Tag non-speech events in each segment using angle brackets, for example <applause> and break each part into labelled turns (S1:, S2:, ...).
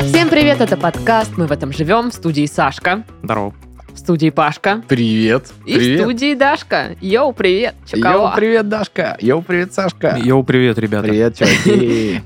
S1: Всем привет, это подкаст «Мы в этом живем» в студии Сашка,
S2: Здорово.
S1: в студии Пашка
S3: Привет.
S1: и в студии Дашка. Йоу, привет,
S3: Йоу,
S1: чукава.
S3: привет, Дашка. Йоу, привет, Сашка.
S2: Йоу, Э, привет, ребята.
S3: Привет, чуваки.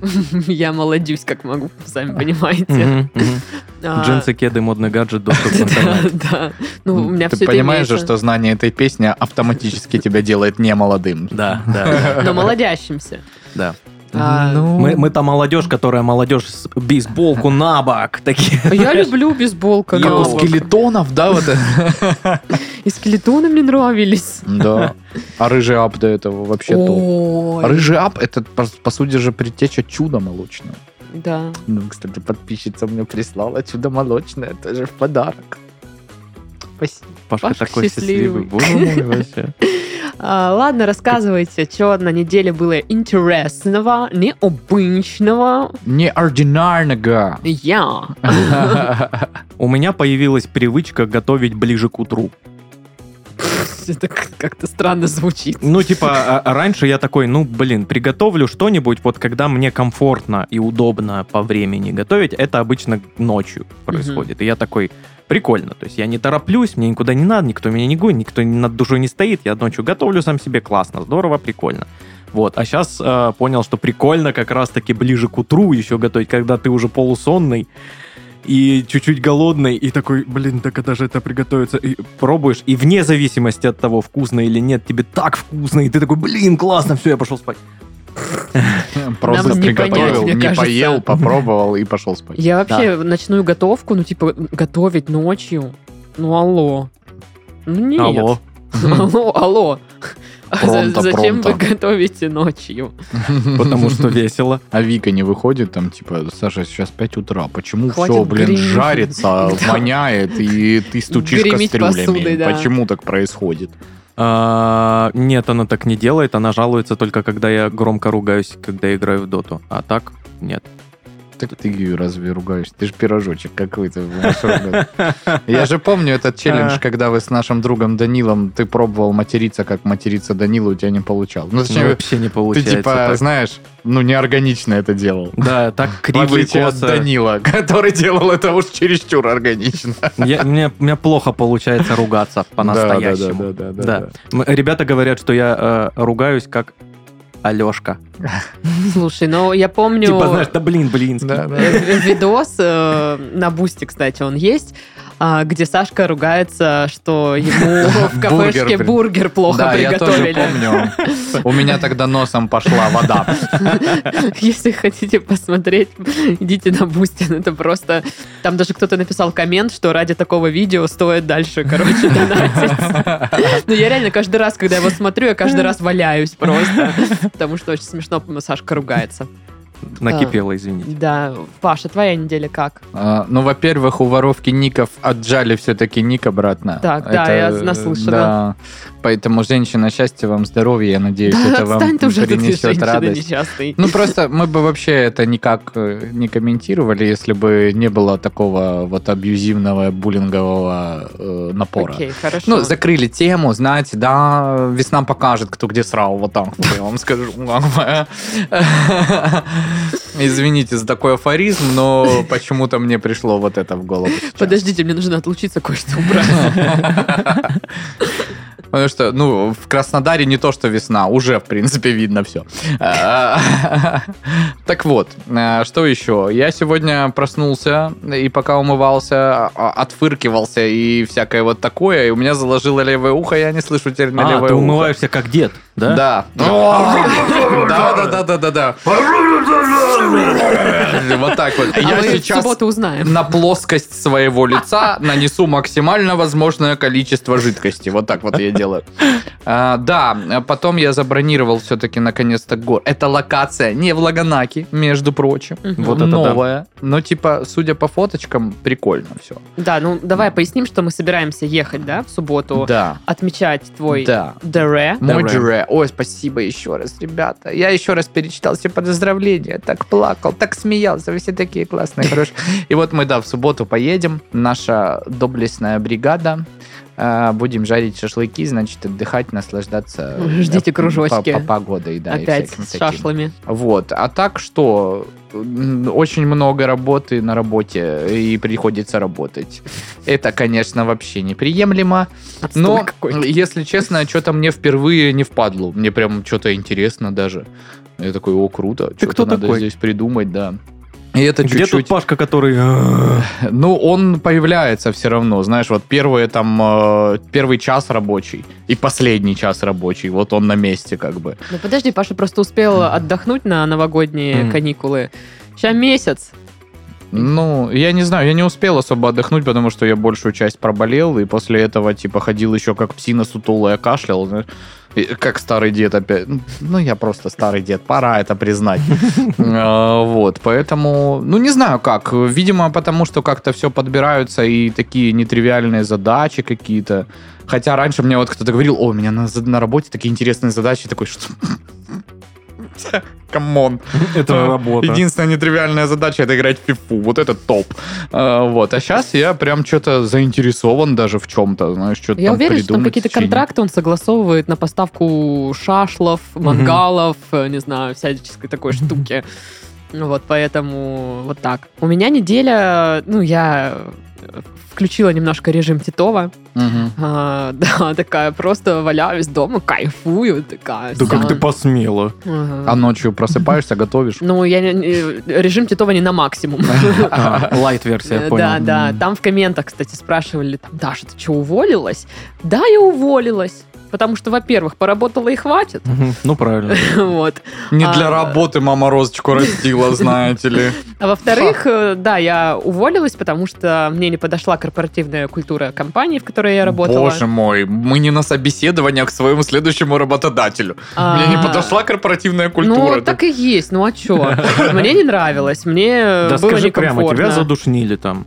S1: Я молодюсь, как могу, сами понимаете.
S2: Мгм, мгм.
S1: А,
S2: Джинсы, кеды, модный гаджет, доступ в <laughs>
S1: Да,
S2: интернет.
S1: <laughs> да. <laughs> Ну, у меня
S3: Ты
S1: все это
S3: понимаешь же,
S1: имеется.
S3: что знание этой песни автоматически тебя делает не молодым.
S2: Да, да,
S1: Но молодящимся.
S2: да.
S1: А,
S3: Ну,
S2: Мы, мы та молодежь, которая молодежь с бейсболку на бок. Такие.
S1: Я люблю бейсболка.
S3: Как
S1: на
S3: у
S1: бок.
S3: скелетонов, да, вот это?
S1: И скелетоны мне нравились.
S3: <laughs> Да. А рыжий ап до этого вообще топ.
S1: Ой,
S3: Рыжий ап, это, по по сути же, предтеча чуда молочного.
S1: да.
S3: Ну, кстати, подписчица мне прислала чудо молочное, это же в подарок. Спасибо.
S2: Пашка
S1: Пашка
S2: такой
S1: счастливый.
S2: счастливый. Боже <laughs> мой, вообще.
S1: А, ладно, рассказывайте, что на неделе было интересного, необычного.
S3: <laughs> Неординарного.
S1: Я.
S2: У меня появилась привычка готовить ближе к утру.
S1: Это к- как-то странно звучит.
S2: Ну, типа, а- а раньше я такой, ну, блин, приготовлю что-нибудь, вот когда мне комфортно и удобно по времени готовить, это обычно ночью происходит. И я такой, прикольно, то есть я не тороплюсь, мне никуда не надо, никто меня не гонит, никто над душой не стоит, я ночью готовлю сам себе, классно, здорово, прикольно. Вот, а сейчас понял, что прикольно как раз-таки ближе к утру еще готовить, когда ты уже полусонный, и чуть-чуть голодный, и такой, блин, да когда же это приготовится? И пробуешь, и вне зависимости от того, вкусно или нет, тебе так вкусно, и ты такой, блин, классно, все, я пошел спать.
S3: Просто
S1: Нам не понять,
S3: приготовил,
S1: мне
S3: не
S1: кажется. <laughs>
S3: поел, попробовал и пошел спать.
S1: Я вообще ночную готовку, ну, типа, готовить ночью. Ну, алло. Ну, нет.
S2: Алло.
S1: <laughs> Алло, алло. А За-
S3: Пронто,
S1: Зачем вы
S3: пронто.
S1: готовите ночью?
S2: Потому что весело.
S3: А Вика не выходит, там, типа, Саша, сейчас 5 утра, почему
S1: Хватит
S3: все, блин,
S1: греметь». <laughs>
S3: жарится,
S1: Да.
S3: воняет, и ты стучишь
S1: Гремить
S3: кастрюлями?
S1: посудой, да.
S3: Почему так происходит?
S2: А, Нет, она так не делает, она жалуется только, когда я громко ругаюсь, когда играю в доту. А так, нет.
S3: Так ты ее разве ругаешь? Ты же пирожочек какой-то. будешь ругать. <laughs> Я же помню этот челлендж,
S2: А.
S3: когда вы с нашим другом Данилом, ты пробовал материться, как материться Данила, у тебя не получал. Ну,
S2: Ну,
S3: точнее,
S2: Вообще не
S3: ты
S2: получается.
S3: типа,
S2: так.
S3: знаешь, ну, неорганично это делал.
S2: Да,
S3: <laughs>
S2: так
S3: В
S2: криво и
S3: отличие от
S2: косо.
S3: Данила, <laughs> который делал это уж чересчур <laughs> органично.
S2: Я- мне- У меня плохо получается
S3: <laughs>
S2: ругаться по-настоящему.
S3: Да, да, да, да,
S2: Да. М- Ребята говорят, что я э, ругаюсь как Алешка.
S1: Слушай, ну, я помню...
S2: Типа, знаешь, да блин, блин.
S3: да. Да, да.
S1: э, видос э, на Бусте, кстати, он есть, а, где Сашка ругается, что ему в кафешке
S3: Бургер, блин.
S1: бургер плохо
S3: да, я тоже
S1: приготовили.
S3: помню.
S1: <laughs>
S3: У меня тогда носом пошла вода.
S1: Если хотите посмотреть, идите на Бустин. Это просто... Там даже кто-то написал коммент, что ради такого видео стоит дальше, короче,
S3: <laughs>
S1: донатить. Но я реально каждый раз, когда его смотрю, я каждый раз валяюсь
S3: <laughs>
S1: просто. Потому что очень смешно Сашка ругается.
S2: Накипело, извините.
S1: Да, Паша, твоя неделя как?
S3: А, Ну, во-первых, у воровки ников отжали все-таки ник обратно.
S1: Так, да, я
S3: э,
S1: наслышана.
S3: Да. Поэтому, женщина, счастья вам, здоровья, я надеюсь, это вам
S1: отстань ты уже от этой
S3: принесет
S1: женщины
S3: радость.
S1: несчастной.
S3: Ну, просто мы бы вообще это никак э, не комментировали, если бы не было такого вот абьюзивного буллингового э, напора.
S1: Окей, хорошо.
S3: Ну, закрыли тему, знаете, да, весна покажет, кто где срал, вот так вот я вам скажу. <laughs> Извините за такой афоризм, но почему-то мне пришло вот это в голову. сейчас.
S1: Подождите, мне нужно отлучиться
S3: <laughs>
S1: кое-что убрать.
S3: А Потому что, ну, в Краснодаре не то, что весна, уже, в принципе, видно все. <laughs> Так вот, э, что еще? Я сегодня проснулся, и пока умывался, а, отфыркивался и всякое вот такое, и у меня заложило левое ухо, я не слышу теперь на
S2: А,
S3: левое
S2: ты
S3: ухо.
S2: умываешься как дед, да?
S3: Да. Да, да, да, да, да, да. Вот так вот.
S1: А
S3: Я
S1: мы в
S3: сейчас
S1: субботу узнаем.
S3: на плоскость своего лица нанесу максимально возможное количество жидкости. Вот так вот я делаю. А, да, а потом я забронировал все-таки наконец-то гор. Это локация не в Лаганаке, между прочим.
S1: Мгм.
S2: Вот это да.
S3: Новая. Но типа, судя по фоточкам, прикольно все.
S1: Да, ну давай поясним, что мы собираемся ехать, да, в субботу
S3: Да.
S1: отмечать твой
S3: Да.
S1: Дере.
S3: Мой
S2: Давай.
S3: Джере. Ой, спасибо еще раз, ребята. Я еще раз перечитал все поздравления. Так плакал, так смеялся. Вы все такие классные, хорошие. И вот мы, да, в субботу поедем. Наша доблестная бригада А, Будем жарить шашлыки, значит, отдыхать, наслаждаться. э,
S1: Ждите
S3: по-
S1: кружочки.
S3: По, погодой, да. и
S1: Опять
S3: всяким
S1: с
S3: таким.
S1: шашлами.
S3: Вот. А так что? М, Очень много работы на работе, и приходится работать. Это, конечно, вообще неприемлемо.
S1: Отстой
S3: Но,
S1: какой-то.
S3: если честно, что-то мне впервые не впадло. Мне прям что-то интересно даже. Я такой, о, круто. Что-то
S2: кто
S3: надо
S2: такой?
S3: здесь придумать, да. И это
S2: Где тут
S3: чуть-чуть...
S2: Пашка, который... «Э,
S3: Ну, он появляется все равно, знаешь, вот первый там, э, первый час рабочий и последний час рабочий, вот он на месте как бы.
S1: Ну подожди, Паша просто успел отдохнуть на новогодние
S2: Мгм.
S1: каникулы. Сейчас месяц.
S3: Ну, я не знаю, я не успел особо отдохнуть, потому что я большую часть проболел, и после этого, типа, ходил еще как псина сутулая, кашлял, знаешь, и как старый дед опять. Ну, я просто старый дед, пора это признать. А, Вот, поэтому, ну, не знаю как, видимо, потому что как-то все подбираются и такие нетривиальные задачи какие-то. Хотя раньше мне вот кто-то говорил, о, у меня на, за- на работе такие интересные задачи, Я такой, что? <laughs> Камон.
S2: Это
S3: А,
S2: работа.
S3: Единственная нетривиальная задача это играть в фифу. Вот это топ. А, вот. А сейчас я прям что-то заинтересован даже в чем-то. Знаешь, что-то
S1: Я
S3: там
S1: уверен, что там
S3: придумать,
S1: какие-то
S3: чинить.
S1: контракты он согласовывает на поставку шашлов, мангалов, э, не знаю, всяческой такой штуки. Ну Вот, поэтому вот так. У меня неделя, ну, я э, включила немножко режим Титова.
S3: Мгм.
S1: А, <laughs> да, такая просто валяюсь дома, кайфую, такая.
S2: Да
S1: вся.
S2: как ты посмела.
S1: Ага.
S3: А ночью просыпаешься, готовишь.
S1: Ну, я не- не- режим Титова не на
S3: <laughs>
S1: максимум.
S3: А,
S2: Лайт-версия,
S1: Э,
S2: понял.
S1: Да, да. Там в комментах, кстати, спрашивали, там, Даша, ты что, уволилась? Да, я уволилась. Потому что, во-первых, поработала и хватит. <laughs>
S2: Мгм. Ну, правильно.
S1: Вот.
S3: Не
S1: а-
S3: для работы мама розочку
S1: <laughs>
S3: растила, знаете ли.
S1: А во-вторых, э, да, я уволилась, потому что мне не подошла корпоративная культура компании, в которой я работала.
S3: Боже мой, мы не на собеседованиях к своему следующему работодателю. Мне не
S1: А,
S3: подошла корпоративная
S1: Ну,
S3: культура.
S1: так и есть, ну а
S3: <laughs>
S1: что? Мне не нравилось, мне э,
S2: Да
S1: было
S2: скажи прямо, тебя
S1: некомфортно.
S2: задушнили там.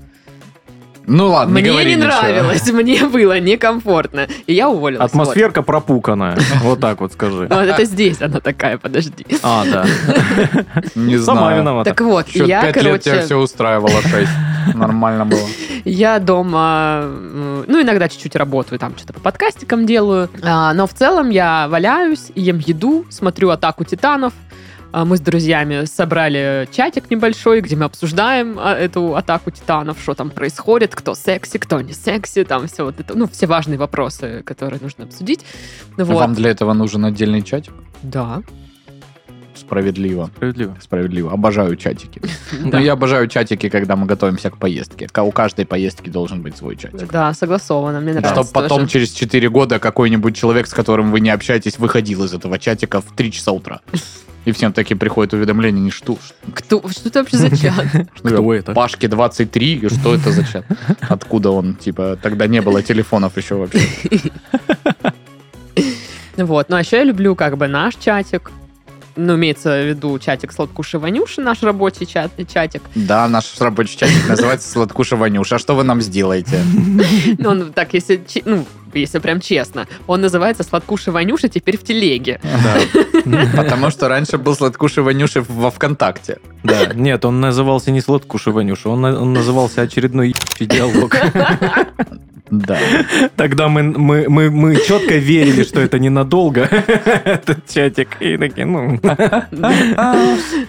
S3: Ну ладно,
S1: Мне не
S3: говори ничего.
S1: нравилось, <laughs> мне было некомфортно, и я уволилась.
S2: Атмосферка пропуканная. Вот так вот скажи.
S1: Вот. Вот Ну, это здесь она такая, подожди.
S2: А, да.
S3: <laughs> Не
S2: Сама
S3: знаю.
S2: виновата.
S1: Так вот,
S3: Еще
S1: я,
S3: пять лет тебя
S1: короче,
S3: все устраивало, шесть. Нормально было.
S1: я дома, м, ну, иногда чуть-чуть работаю, там что-то по подкастикам делаю, А, но в целом я валяюсь, ем еду, смотрю «Атаку титанов», А, мы с друзьями собрали чатик небольшой, где мы обсуждаем а, эту атаку титанов, что там происходит, кто секси, кто не секси, там все вот это, ну, все важные вопросы, которые нужно обсудить. <laughs> Вот.
S3: Вам для этого нужен отдельный чатик?
S1: Да.
S3: Справедливо.
S2: Справедливо.
S3: Справедливо. Обожаю
S1: <laughs>
S3: чатики.
S1: Да.
S3: Но я обожаю чатики, когда мы готовимся к поездке. Ка- У каждой поездки должен быть свой чатик.
S1: Да, согласовано, мне нравится.
S3: Чтобы потом
S1: тоже.
S3: через 4 года какой-нибудь человек, с которым вы не общаетесь, выходил из этого чатика в 3 часа утра. И всем такие приходят уведомления, не что,
S1: Кто, что это вообще за чат?
S2: Кто это?
S3: Пашке 23, и что это за чат? Откуда он? Типа, тогда не было телефонов еще вообще.
S1: Вот. Ну, а еще я люблю как бы наш чатик. Ну, имеется в виду чатик Сладкуши Ванюши, наш рабочий чат,
S3: <laughs>
S1: чатик.
S3: Да, наш рабочий чатик называется Сладкуша Ванюша. А что вы нам сделаете?
S1: Ну, он так, если, чи- ну, если прям честно. Он называется Сладкуши Ванюши теперь в
S3: <laughs>
S1: телеге.
S3: Потому что раньше был Сладкуша Ванюша во ВКонтакте.
S2: Да. Нет, он назывался не сладкуша Ванюша, он, на- он назывался очередной
S1: <laughs>
S2: ебучий диалог.
S3: Да.
S2: Тогда мы, мы, мы, мы четко верили, что это ненадолго, <laughs> этот чатик. И такие,
S3: <laughs>
S2: ну...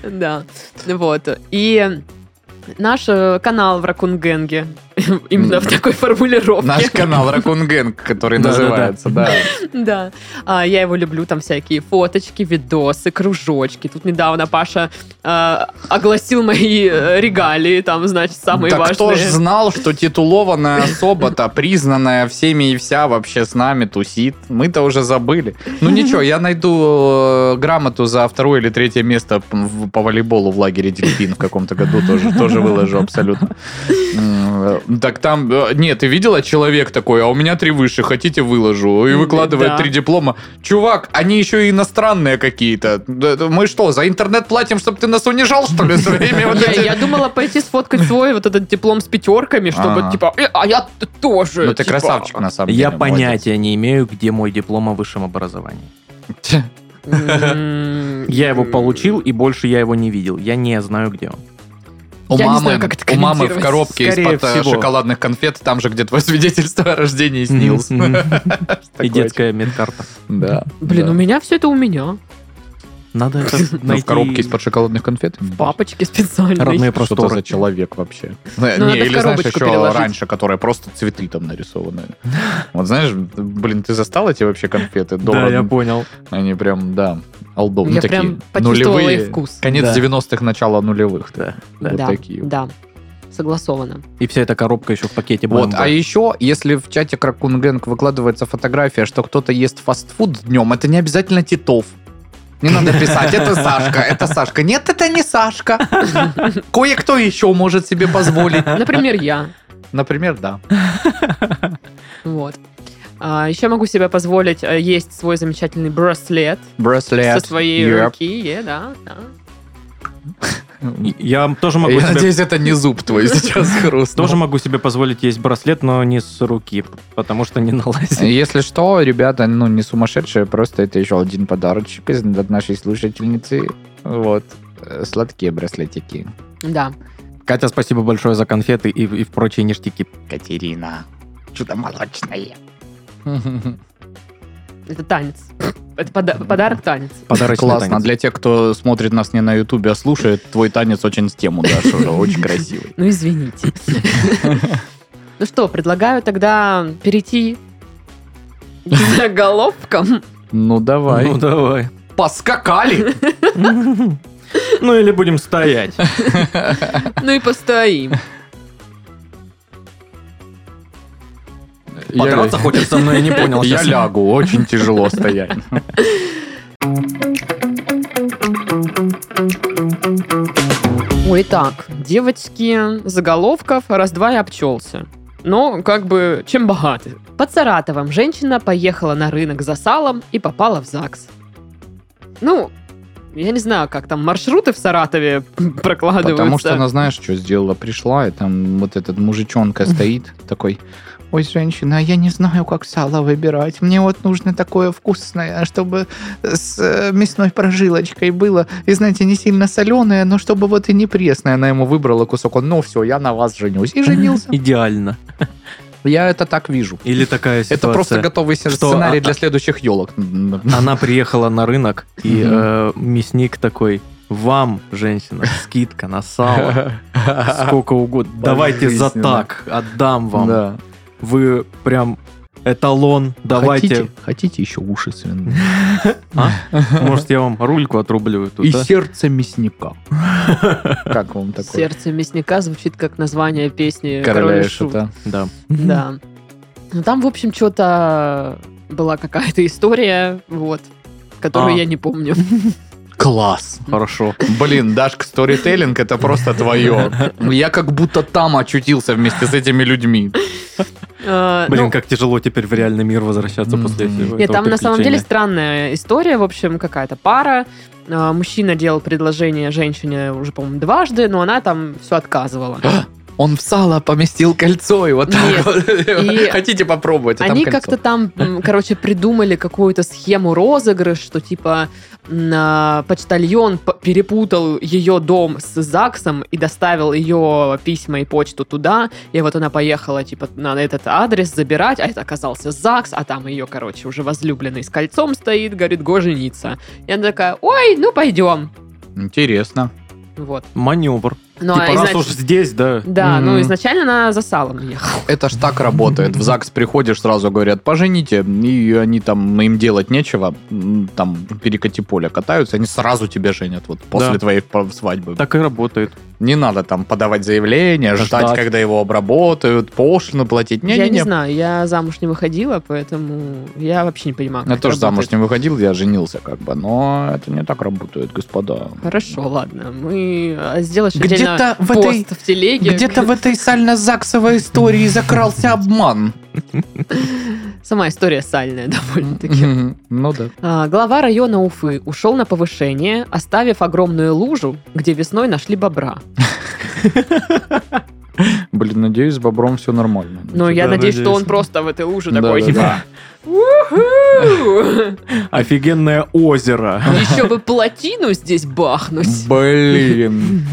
S1: Да. Вот. И наш э, канал в Ракунгенге <laughs> именно в такой формулировке.
S3: Наш канал Ракун Гэнг, который
S2: Да-да-да.
S3: называется, да.
S1: <laughs> Да. А, я его люблю, там всякие фоточки, видосы, кружочки. Тут недавно Паша э, огласил мои э, регалии, там, значит, самые
S3: так
S1: важные.
S3: кто ж знал, что титулованная особа-то, признанная всеми и вся вообще с нами тусит? Мы-то уже забыли. Ну ничего, я найду э, грамоту за второе или третье место п- в- по волейболу в лагере «Дельфин» в каком-то году тоже, тоже выложу абсолютно. М, э, Так там, э, нет, ты видела человек такой, а у меня три выше, хотите выложу? И
S1: Да.
S3: выкладывает три диплома. Чувак, они еще и иностранные какие-то. Да, да, Мы что, за интернет платим, чтобы ты нас унижал, что ли, своими вот
S1: Я,
S3: этими?
S1: я думала пойти сфоткать свой вот этот диплом с пятерками, чтобы
S3: Ага.
S1: типа, «Э, а я т- тоже.
S3: Ну ты
S1: типа».
S3: красавчик на самом деле.
S2: Я
S3: молодец.
S2: понятия не имею, где мой диплом о высшем образовании.
S3: Ть,
S1: М, М-м-м. Э.
S2: Я его получил, и больше я его не видел. Я не знаю, где он.
S3: У
S1: Я не
S3: мамы,
S1: знаю, как это
S3: у мамы в
S1: комментировать.
S3: коробке
S2: Скорее
S3: из-под э,
S2: всего.
S3: шоколадных конфет, там же, где твое <laughs> свидетельство о рождении снилось.
S2: Мгм, мгм.
S3: <laughs> Такое. типа.
S2: И детская медкарта.
S3: Да.
S1: Блин,
S3: да.
S1: у меня все это у меня.
S2: Надо это
S3: Но в
S2: найти.
S3: коробке из-под шоколадных конфет?
S1: В папочке специальной.
S2: Родные
S3: Что это за
S2: просторы.
S3: человек вообще?
S1: Ну,
S3: Не,
S1: надо в
S3: или знаешь,
S1: коробочку
S3: еще
S1: переложить.
S3: раньше, которые просто цветы там нарисованы. Вот знаешь, блин, ты застал эти вообще конфеты? до
S2: Да, я
S3: родных?
S2: понял.
S3: Они прям, да, алдов.
S1: Я
S3: такие
S1: прям почувствовала их вкус.
S3: Конец
S2: Да.
S3: 90-х, начало нулевых.
S2: Да.
S3: Да. Вот
S1: да,
S3: такие.
S1: да. Согласовано.
S2: И вся эта коробка еще в пакете
S3: Вот, а
S2: Bang
S3: еще, если в чате Кракун Гэнг выкладывается фотография, что кто-то ест фастфуд днем, это не обязательно Титов. Не надо писать, это Сашка, это Сашка. Нет, это не Сашка. Кое-кто еще может себе позволить.
S1: Например, я.
S3: Например, да.
S1: Вот. А, еще могу себе позволить а, есть свой замечательный браслет со
S3: Браслет.
S1: своей
S3: Yep.
S1: руки. Е, да, да.
S2: Bang. Я тоже могу
S3: Я
S2: себе
S3: надеюсь, ну- это не зуб твой сейчас хрустнул.
S2: тоже могу себе позволить есть браслет, но не с руки, потому что не <laughs> налазит.
S3: Если что, ребята, ну не сумасшедшие, просто это еще один подарочек из- от нашей слушательницы. Вот. Э, Сладкие браслетики.
S1: Да.
S2: Катя, спасибо большое за конфеты и, и прочие ништяки.
S3: Катерина, чудо <laughs> молочное.
S1: Это танец. Это пода- подарок танец.
S2: Подарочный
S3: Классно.
S2: танец.
S3: Для тех, кто смотрит нас не на Ютубе, а слушает, твой танец очень с тему, Даша, уже очень красивый.
S1: Ну, извините. <laughs> Ну что, предлагаю тогда перейти <laughs> к заголовкам.
S3: Ну давай.
S2: Ну, давай.
S3: Поскакали!
S2: <laughs> Ну, или будем стоять.
S1: Ну и постоим.
S2: Подраться хочет со мной, я не понял.
S3: Я
S2: щас.
S3: лягу, очень тяжело стоять.
S1: Ой, так, девочки, заголовков раз-два и обчелся. Но как бы чем богаты? Под Саратовом женщина поехала на рынок за салом и попала в ЗАГС. Ну, я не знаю, как там маршруты в Саратове <laughs> прокладываются.
S3: Потому что она, знаешь, что сделала? Пришла, и там вот этот мужичонка стоит такой, Ой, женщина, я не знаю, как сало выбирать. Мне вот нужно такое вкусное, чтобы с э, мясной прожилочкой было. И, знаете, не сильно соленое, но чтобы вот и не пресное. Она ему выбрала кусок. Он, ну все, я на вас женюсь. И женился.
S2: Идеально.
S3: <laughs> Я это так вижу.
S2: Или такая ситуация.
S3: Это просто готовый се-
S2: Что,
S3: сценарий
S2: а-
S3: для следующих елок.
S2: <laughs> Она приехала на рынок, и э, мясник такой, вам, женщина, скидка на сало, сколько
S3: <laughs>
S2: угодно. Давайте за
S3: Пожизненно.
S2: так, отдам вам. Вы прям эталон, давайте. а?
S3: Хотите, хотите еще уши свиные? <laughs>
S2: Может, я вам рульку отрублю эту,
S3: И
S2: да?
S3: сердце мясника. <laughs> Как вам такое?
S1: Сердце мясника звучит как название песни
S3: Короля
S1: Короля
S3: и
S1: и Шут.
S3: Шута.
S2: Да.
S1: Да. Ну там, в общем, что-то была какая-то история, вот, которую
S2: А.
S1: я не помню. <laughs>
S3: Класс. <laughs>
S2: Хорошо.
S3: Блин, Дашка, сторителлинг это просто твое. Я как будто там очутился вместе с этими людьми.
S1: Э, ну,
S2: Блин, как тяжело теперь в реальный мир возвращаться
S3: Мгм.
S2: после всего
S1: Нет,
S2: этого
S1: там на самом деле
S2: приключения.
S1: странная история. В общем, какая-то пара. А, Мужчина делал предложение женщине уже, по-моему, дважды, но она там все отказывала.
S3: Он в сало поместил кольцо, и вот так
S1: Нет.
S3: вот.
S1: И
S3: <laughs> Хотите попробовать? а там
S1: Они
S3: кольцо.
S1: как-то там,
S3: <laughs>
S1: м, короче, придумали какую-то схему розыгрыш, что типа м, а, почтальон п- перепутал ее дом с ЗАГСом и доставил ее письма и почту туда, и вот она поехала типа на этот адрес забирать, а это оказался ЗАГС, а там ее, короче, уже возлюбленный с кольцом стоит, говорит, го жениться. И она такая, ой, ну пойдем.
S3: Интересно.
S1: Вот.
S2: Маневр.
S1: Ну,
S2: типа,
S1: а
S2: раз
S1: изнач-
S2: уж здесь, да.
S1: Да,
S3: Мгм.
S1: ну изначально она за салом ехала.
S3: Это ж так работает. В ЗАГС приходишь, сразу говорят, пожените, и они там, им делать нечего, м, там перекати поле катаются, они сразу тебя женят вот после
S2: Да.
S3: твоей пр- свадьбы.
S2: Так и работает.
S3: Не надо там подавать заявление, ждать,
S2: Ждать.
S3: когда его обработают, пошлину платить.
S1: я не
S3: Не-не-не,
S1: знаю, я замуж не выходила, поэтому я вообще не понимаю.
S3: Я
S1: как
S3: тоже
S1: работает.
S3: замуж не выходил, я женился как бы, но это не так работает, господа.
S1: Хорошо, ладно, мы а, сделаешь отдельно
S3: Где-то в
S1: пост
S3: этой,
S1: в телеге.
S3: где-то в этой сально-заксовой истории закрался обман.
S1: Сама история сальная <laughs> довольно-таки.
S3: Ну да.
S1: А, глава района Уфы ушел на повышение, оставив огромную лужу, где весной нашли бобра.
S3: Блин, надеюсь, с бобром все нормально.
S1: Но я
S2: да,
S1: надеюсь, Ну, что
S2: надеюсь.
S1: он просто в этой луже
S3: Да,
S1: такой,
S3: да,
S1: <laughs> типа,
S3: <laughs>
S1: «Уху!
S2: Офигенное озеро.
S1: Ну, Еще бы плотину здесь бахнуть. <laughs>
S3: Блин.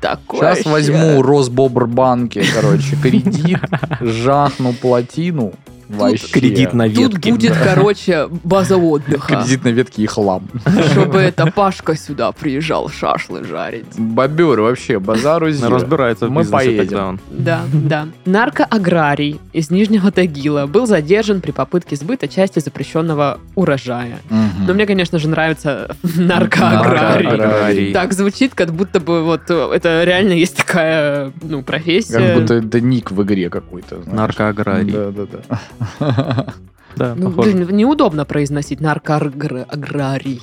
S1: такое.
S3: Сейчас
S1: щас.
S3: возьму у Росбобрбанке, короче,
S1: <laughs>
S3: кредит, жахну плотину. Вообще.
S2: Кредит на
S1: Тут
S2: ветке.
S1: будет, короче, база отдыха.
S3: Кредит на ветке и хлам.
S1: Чтобы это Пашка сюда приезжал шашлы жарить.
S3: Бобер вообще, базару
S2: Она Разбирается в
S3: Мы
S2: бизнесе
S3: поедем.
S2: тогда он.
S1: Да, да. Наркоаграрий из Нижнего Тагила был задержан при попытке сбыта части запрещенного урожая. Но мне, конечно же, нравится <laughs> наркоаграрий.
S2: Наркоаграрий.
S1: Так звучит, как будто бы вот э, это реально есть такая, ну, профессия.
S3: Как будто это ник в игре какой-то. знаешь.
S2: Наркоаграрий.
S3: Да, да, да.
S2: Да,
S1: Ну,
S2: похоже.
S1: блин, неудобно произносить наркоаграрий.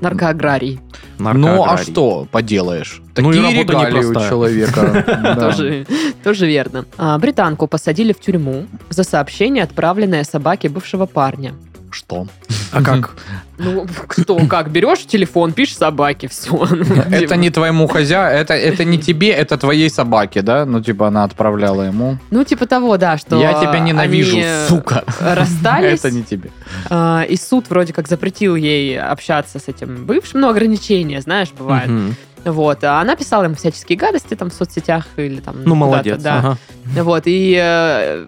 S1: Наркоаграрий.
S3: Ну а
S2: Наркоаграрий.
S3: что поделаешь?
S2: Ну, и
S3: Такие
S2: работа
S3: регалии у
S2: непростая.
S3: <laughs> человека. Да.
S1: Тоже, <laughs> тоже верно. А, британку посадили в тюрьму за сообщение, отправленное собаке бывшего парня.
S3: Что?
S2: А как?
S1: Ну, кто, как, берешь телефон, пишешь собаке, ну, все.
S3: Это не твоему хозя, это, это не тебе, это твоей собаке, да? Ну, типа, она отправляла ему.
S1: Ну, типа того, да, что...
S3: Я тебя
S1: они,
S3: ненавижу,
S1: э,
S3: сука. <laughs>
S1: Расстались,
S3: Это не тебе.
S1: а, и суд вроде как запретил ей общаться с этим бывшим, ну, ограничения, знаешь, бывает.
S2: Мгм.
S1: Вот, а она писала ему всяческие гадости там в соцсетях или там...
S2: Ну,
S1: куда-то,
S2: молодец.
S1: Да,
S2: ага.
S1: Вот, и э,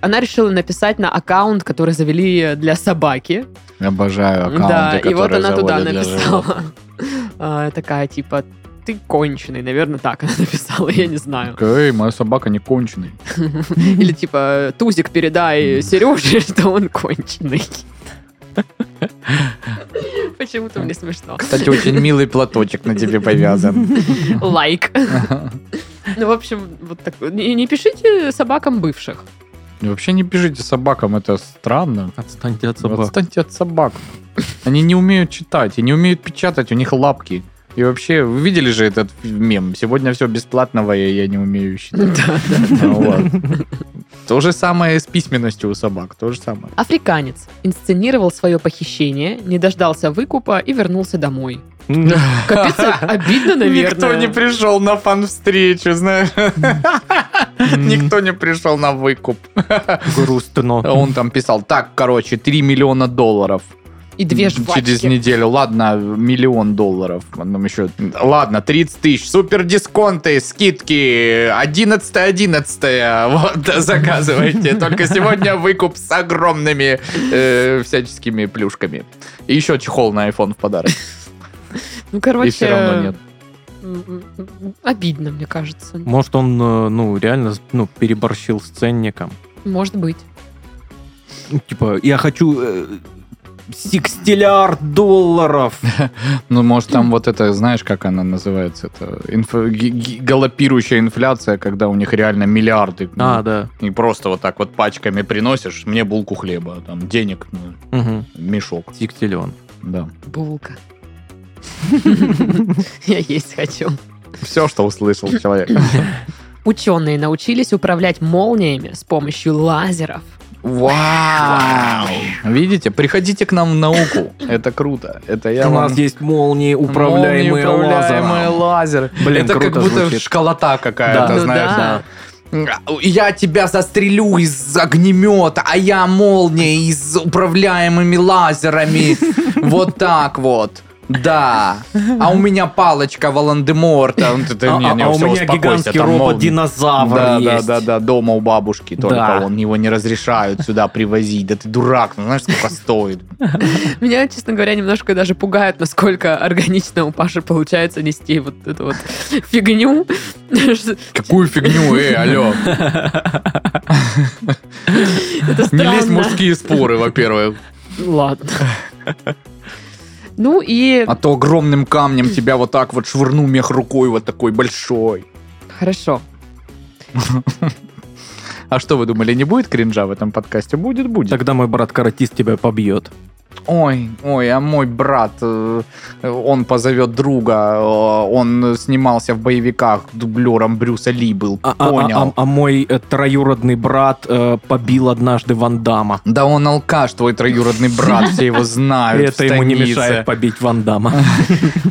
S1: она решила написать на аккаунт, который завели для собаки.
S3: Обожаю аккаунты,
S1: да, и вот
S3: которые
S1: она туда
S3: заводят для животных.
S1: <laughs> написала. Э, Такая, типа, ты конченый, наверное, так она <laughs> написала, я не
S3: <laughs>
S1: знаю.
S3: Эй, моя собака не конченый.
S1: Или типа, Тузик, передай Сереже, <laughs> что он
S3: <laughs>
S1: конченый. Почему-то мне смешно.
S3: Кстати, очень милый платочек на тебе повязан. <laughs>
S1: Лайк. Ну, в общем, вот так. Не не пишите собакам бывших.
S3: Вообще не пишите собакам, это странно.
S2: Отстаньте от собак.
S3: Отстаньте от собак. Они не умеют читать и не умеют печатать, у них лапки. И вообще, вы видели же этот мем? Сегодня все бесплатного, и я не умею считать. Ну Вот. То же самое с письменностью у собак, то же самое.
S1: Африканец инсценировал свое похищение, не дождался выкупа и вернулся домой. Капец,
S3: <laughs>
S1: а- обидно, наверное.
S3: Никто не пришел на фан-встречу, знаешь. Никто не пришел на выкуп. А
S2: <laughs> Грустно.
S3: Он там писал, так, короче, 3 миллиона долларов.
S1: И две жвачки.
S3: Через неделю, ладно, миллион долларов. Потом еще, ладно, 30 тысяч. Супер дисконты, скидки. 11-11. <laughs> Вот, заказывайте. Только сегодня выкуп с огромными э, всяческими плюшками. И еще чехол на iPhone в подарок.
S1: Ну, короче,
S3: И все равно нет.
S1: м, м, Обидно, мне кажется.
S2: Может, он, э, ну, реально, ну, переборщил с ценником.
S1: Может быть.
S2: Ну, Типа, я хочу э, секстиллиард долларов.
S3: Ну, может, там вот это, знаешь, как она называется? Это инфо- ги- ги- галопирующая инфляция, когда у них реально миллиарды.
S2: А, да.
S3: И просто вот так вот пачками приносишь мне булку хлеба, там денег, ну,
S2: Мгм.
S3: мешок.
S2: Сексиллион.
S3: Да.
S1: <laughs> Булка. Я есть хочу.
S3: Все, что услышал человек.
S1: Ученые научились управлять молниями с помощью лазеров.
S3: Вау! Видите, приходите к нам в науку. Это круто. Это я
S2: У
S3: вам...
S2: нас есть молнии, управляемые
S3: Молнии, управляемые
S2: лазером. А,
S3: лазер.
S2: Блин,
S3: это как
S2: круто
S3: будто
S2: звучит.
S3: школота какая-то,
S2: Да.
S1: Ну
S3: знаешь.
S1: да.
S3: Я тебя застрелю из огнемета, а я молния из управляемыми лазерами. Вот так вот. Да. А у меня палочка Волан-де-Морта. Он
S2: А
S3: такой, «Не, не,
S2: а у
S3: всё,
S2: меня
S3: успокойся,
S2: гигантский
S3: там молния». Да,
S2: робот-динозавр
S3: да,
S2: есть.
S3: да, да, дома у бабушки только
S2: Да.
S3: он его не разрешают сюда привозить. Да ты дурак, ну знаешь, сколько стоит.
S1: Меня, честно говоря, немножко даже пугает, насколько органично у Паши получается нести вот эту вот фигню.
S3: Какую фигню, эй, алло.
S1: Это
S3: Не лезь в
S1: странно.
S3: мужские споры, во-первых.
S1: Ладно. Ну и...
S3: А то огромным камнем тебя вот так вот швырну мех рукой вот такой большой.
S1: Хорошо.
S3: А что вы думали, не будет кринжа в этом подкасте? Будет, будет.
S2: Тогда мой брат-каратист тебя побьет.
S3: Ой, ой, а мой брат, э, он позовет друга, э, он снимался в боевиках, дублером Брюса Ли был,
S2: А, а- а-
S3: понял.
S2: а- а мой э, троюродный брат э, побил однажды Ван Дамма.
S3: Да он алкаш, твой троюродный брат, все его знают.
S2: Это
S3: А в
S2: ему не
S3: станице.
S2: мешает побить Ван Дамма.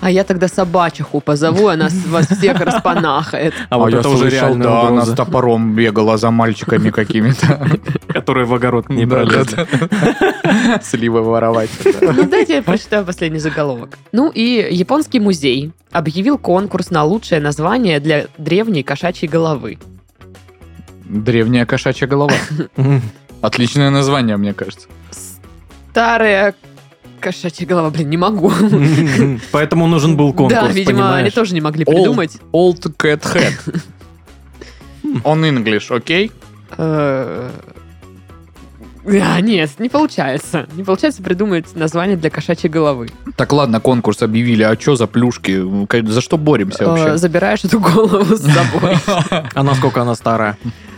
S1: А я тогда собачиху позову, она с- вас всех распанахает.
S2: А вот это уже реальная
S3: да, она с
S2: угроза,
S3: топором бегала за мальчиками какими-то.
S2: которые в огород <laughs> не
S3: Да,
S2: пролезли.
S3: да, да. Сливы воровали.
S2: давайте. да.
S1: Ну, дайте я прочитаю последний заголовок. Ну и японский музей объявил конкурс на лучшее название для древней кошачьей головы.
S3: Древняя кошачья голова. Отличное название, мне кажется.
S1: Старая кошачья голова, блин, не могу.
S2: <laughs> Поэтому нужен был конкурс,
S1: Да, видимо, они
S2: понимаешь?
S1: тоже не могли
S3: Old.
S1: придумать.
S3: Old Cat Head. On English, окей?
S1: Э, А, нет, не получается. Не получается придумать название для кошачьей головы.
S3: Так ладно, конкурс объявили, а что за плюшки? К- За что боремся
S1: Э,
S3: вообще?
S1: Забираешь эту голову с
S2: <laughs>
S1: собой.
S2: А насколько она старая?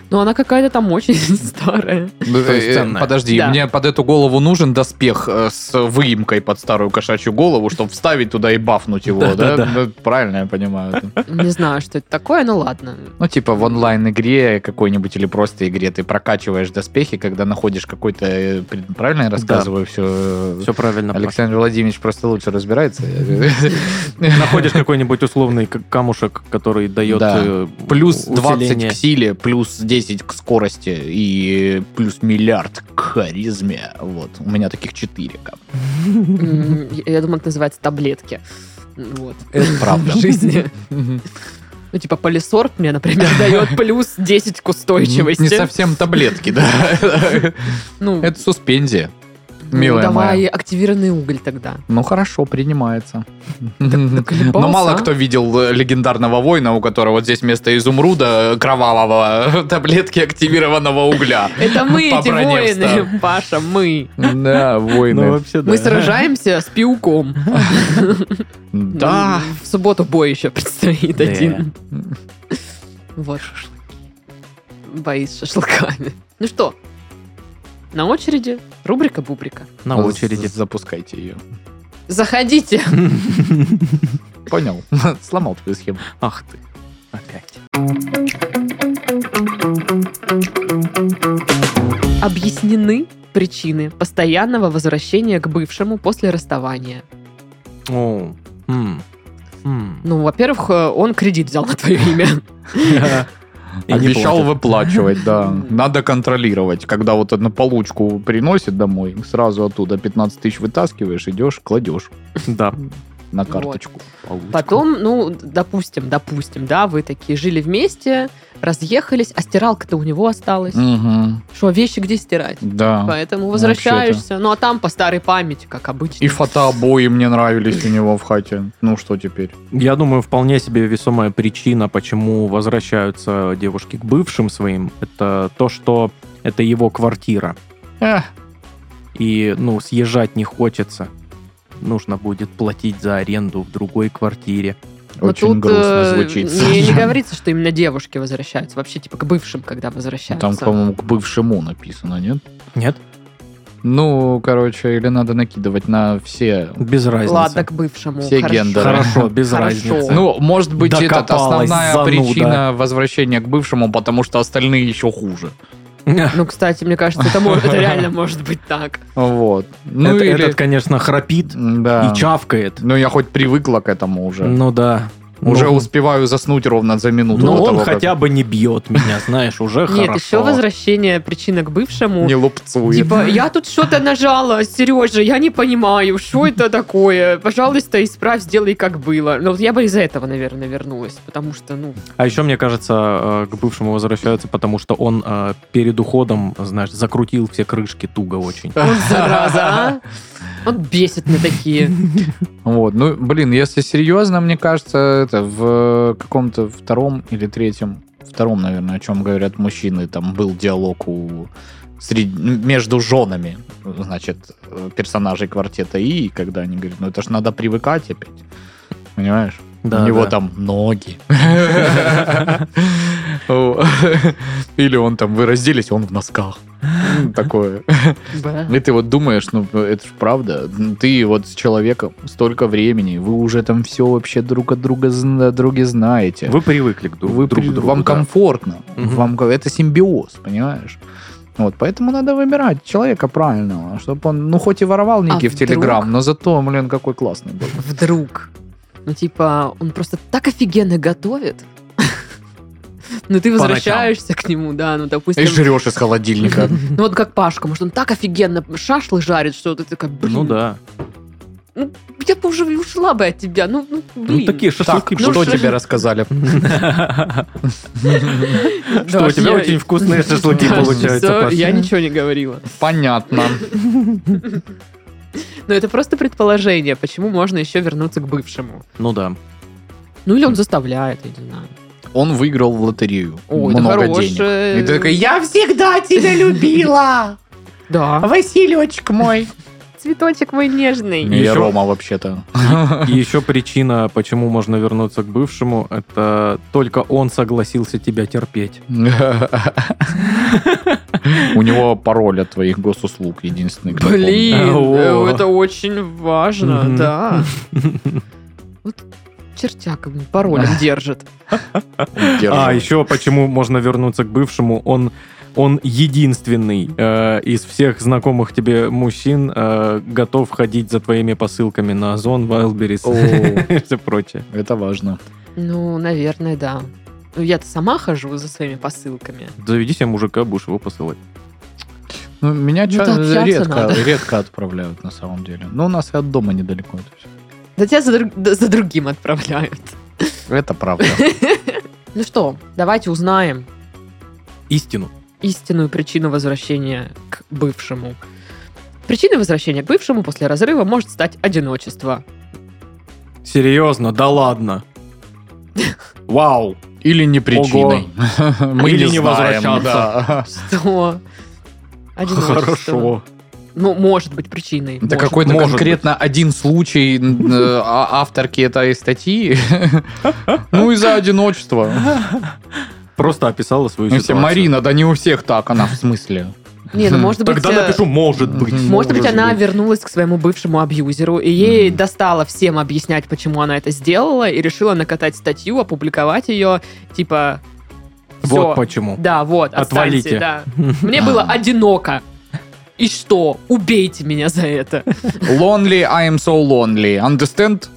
S1: Ну, она какая-то там очень <laughs> старая.
S2: то есть
S3: Э, э,
S2: ценная.
S3: Подожди,
S1: Да.
S3: мне под эту голову нужен доспех э, с выемкой под старую кошачью голову, чтобы вставить туда и бафнуть его, да?
S2: Да-да-да.
S3: Ну, Правильно я понимаю. это.
S1: Не знаю, что это такое, ну ладно.
S3: Ну, типа в онлайн-игре какой-нибудь или просто игре ты прокачиваешь доспехи, когда находишь какой-то... э, пред- Правильно я рассказываю все?
S2: Все правильно. Паш.
S3: Александр Владимирович просто лучше разбирается.
S2: Находишь какой-нибудь условный к- камушек, который дает
S3: Да.
S2: э,
S3: Плюс 20
S2: усиление. Ну,
S3: к силе, плюс 10 к скорости и плюс миллиард к харизме. Вот, у меня таких 4. как.
S1: М, Я я думаю, это называется таблетки. Вот.
S3: Это правда.
S1: <laughs> В жизни. Ну, типа, полисорб мне, например, дает плюс 10 к устойчивости.
S3: Не совсем таблетки,
S2: <laughs>
S3: да.
S1: Ну,
S3: Это суспензия.
S1: ну,
S3: милая
S1: давай
S3: моя.
S1: активированный уголь
S3: <laughs>
S1: тогда.
S3: Ну хорошо, принимается.
S1: колебался,
S3: Но мало
S1: а?
S3: кто видел э, легендарного воина, у которого вот здесь вместо изумруда э, кровавого <laughs> таблетки активированного угля.
S1: Это мы,
S3: По
S1: эти
S3: броне
S1: воины,
S3: встал.
S1: Паша, мы.
S3: Да,
S2: Ну,
S3: воины.
S2: вообще, да.
S1: Мы сражаемся с пиуком.
S3: Ну, Да.
S1: М, В субботу бой еще предстоит
S2: Да.
S1: один. Вот. Бои с шашлыками. Ну что, на очереди рубрика Бубрика.
S2: На очереди.
S3: З- Запускайте ее.
S1: Заходите.
S3: Понял. <laughs> Сломал твою схему.
S2: Ах ты. Опять.
S1: Объяснены причины постоянного возвращения к бывшему после расставания.
S2: О, м, м.
S1: Ну, во-первых, э, он кредит взял на твое имя.
S3: <laughs>
S2: И не
S3: Обещал
S2: платят. <laughs>
S3: выплачивать, да. Надо контролировать. Когда вот одну получку приносит домой, сразу оттуда 15 тысяч вытаскиваешь, идешь, кладешь
S2: Да.
S3: на
S1: Вот.
S3: карточку. Получку.
S1: Потом, ну, допустим, допустим, да, вы такие жили вместе, разъехались, а стиралка-то у него осталась.
S3: Мгм.
S1: Что, вещи где стирать?
S3: Да.
S1: Поэтому возвращаешься. Ну, а там по старой памяти, как обычно.
S3: И фотообои мне нравились у него в хате. Ну что теперь?
S2: Я думаю, вполне себе весомая причина, почему возвращаются девушки к бывшим своим, это то, что это его квартира.
S3: Эх,
S2: И, ну, съезжать не хочется. Нужно будет платить за аренду в другой квартире.
S1: Но
S3: Очень
S1: тут,
S3: грустно
S1: э,
S3: звучит.
S1: Не, не говорится, что именно девушки возвращаются. Вообще, типа, к бывшим, когда возвращаются.
S3: <laughs> Там, по-моему, к бывшему написано, нет?
S2: Нет?
S3: Ну, короче, или надо накидывать на все
S2: Без разницы.
S1: Ладно, к бывшему.
S3: Все
S1: хорошо.
S3: гендеры.
S2: Хорошо, без
S1: Хорошо.
S2: разницы.
S3: Ну, может быть, это
S2: Докопалась,
S3: основная
S2: зануда.
S3: причина возвращения к бывшему, потому что остальные еще хуже.
S1: Ну, кстати, мне кажется, это, мо- это реально может быть так.
S3: Вот. Ну,
S2: Это-
S3: или...
S2: Этот, конечно, храпит
S3: Да.
S2: и чавкает.
S3: Ну, я хоть привыкла к этому уже.
S2: Ну да.
S3: Уже
S2: Ну,
S3: успеваю заснуть ровно за минуту.
S2: Но
S3: до
S2: он
S3: того, как
S2: хотя бы не бьет меня, знаешь, уже хорошо.
S1: Нет, еще возвращение причина к бывшему.
S3: Не лупцует.
S1: Типа, я тут что-то нажала, Сережа, я не понимаю, что это такое. Пожалуйста, исправь, сделай, как было. Ну, вот я бы из-за этого, наверное, вернулась, потому что, ну,
S2: А еще, мне кажется, э, к бывшему возвращаются, потому что он э, перед уходом, знаешь, закрутил все крышки туго очень. <laughs>
S1: он зараза, а? Он бесит на такие.
S3: Вот, ну, блин, если серьезно, мне кажется, это в каком-то втором или третьем, втором, наверное, о чем говорят мужчины, там был диалог у сред- между женами, значит, э, персонажей квартета И, когда они говорят, ну это ж надо привыкать опять, понимаешь?
S2: Да,
S3: у него
S2: да.
S3: там ноги. <laughs> О, Или он там, вы разделись, он в носках. Такое.
S1: Бэ.
S3: И ты вот думаешь, ну это же правда. Ты вот с человеком столько времени, вы уже там все вообще друг от друга зн- о друге знаете.
S2: Вы привыкли к друг,
S3: Вы
S2: друг
S3: при-
S2: к другу.
S3: вам
S2: да.
S3: комфортно,
S2: Мгм.
S3: вам ко- это симбиоз, понимаешь? Вот, поэтому надо выбирать человека правильного, чтобы он, ну, хоть и воровал ники в
S1: А вдруг?
S3: Телеграм, но зато, блин, какой классный был.
S1: Вдруг. <laughs> Ну, типа, он просто так офигенно готовит. но ты
S2: ночам.
S1: возвращаешься к нему, да, ну, допустим.
S3: И жрешь из <laughs> холодильника.
S1: Ну, вот как Пашка, может, он так офигенно шашлы жарит, что ты такая, блин,
S2: Ну да.
S1: ну, я бы уже ушла бы от тебя, ну, ну, блин.
S2: Ну такие
S3: Так,
S2: шашлыки.
S1: ну
S3: что
S1: что
S3: тебе
S1: же-
S3: рассказали?
S1: Да,
S2: Что у тебя
S1: я-
S2: очень
S1: <laughs>
S2: вкусные шашлыки
S1: Да,
S2: получаются,
S1: всё,
S2: Паш.
S1: Я ничего не говорила.
S3: Понятно.
S1: Но это просто предположение, почему можно еще вернуться к бывшему.
S2: <laughs> Ну да.
S1: Ну или он заставляет, я не знаю.
S3: Он выиграл в лотерею.
S1: Ой, да
S3: Много денег.
S1: хорошее.
S3: И ты такой, я всегда тебя любила,
S1: Да.
S3: Василечек А
S1: А
S3: мой.
S1: Цветочек мой нежный.
S2: Не,
S3: Не
S2: Ещё-
S3: Рома вообще-то.
S2: И еще причина, почему можно вернуться к бывшему, это только он согласился тебя терпеть.
S3: У него пароль от твоих госуслуг единственный. кто помнит.
S1: Блин,
S2: О.
S1: э, это очень важно,
S2: Мгм. <laughs>
S1: да. Вот чертяк ему пароль держит.
S3: Держит.
S2: А еще почему можно вернуться к бывшему, он он единственный э, из всех знакомых тебе мужчин э, готов ходить за твоими посылками на Озон, Вайлдберрис <laughs> и все прочее.
S3: Это важно.
S1: Ну, наверное, да. Ну, я-то сама хожу за своими посылками.
S2: Заведи себе мужика, будешь его посылать.
S3: Ну, меня
S1: Ну,
S3: ча-
S1: да, общаться
S3: редко,
S1: надо.
S3: редко отправляют на самом деле. Но у нас и от дома недалеко это все.
S1: Да тебя за, друг- да, за другим отправляют.
S3: Это правда.
S1: Ну что, давайте узнаем
S2: Истину.
S1: истинную причину возвращения к бывшему. Причиной возвращения к бывшему после разрыва может стать одиночество.
S2: Серьезно, да ладно. Вау.
S3: <laughs> Или не причиной. <laughs> Мы
S2: Или не
S3: знаем,
S2: возвращаться.
S3: да.
S1: Что? Одиночество.
S2: Хорошо.
S1: Ну, может быть причиной.
S3: Это
S1: может
S3: какой-то
S2: может
S3: конкретно один случай э, а- авторки этой статьи. <laughs> Ну, из-за одиночества.
S2: Просто описала свою
S3: Ну, все,
S2: ситуацию.
S3: Марина, да не у всех так, она в смысле.
S1: Не, ну может быть...
S2: Тогда
S1: э,
S2: напишу «может быть».
S3: Мгм.
S1: Может быть,
S3: Может
S1: она
S3: быть.
S1: вернулась к своему бывшему абьюзеру, и ей
S3: Мгм.
S1: достало всем объяснять, почему она это сделала, и решила накатать статью, опубликовать ее, типа...
S2: Вот
S1: «Всё,
S2: почему.
S1: Да, вот,
S2: Отвалите.
S1: отстаньте, да. Мне было одиноко. И что? Убейте меня за это.
S3: Lonely, I am so lonely. Understand?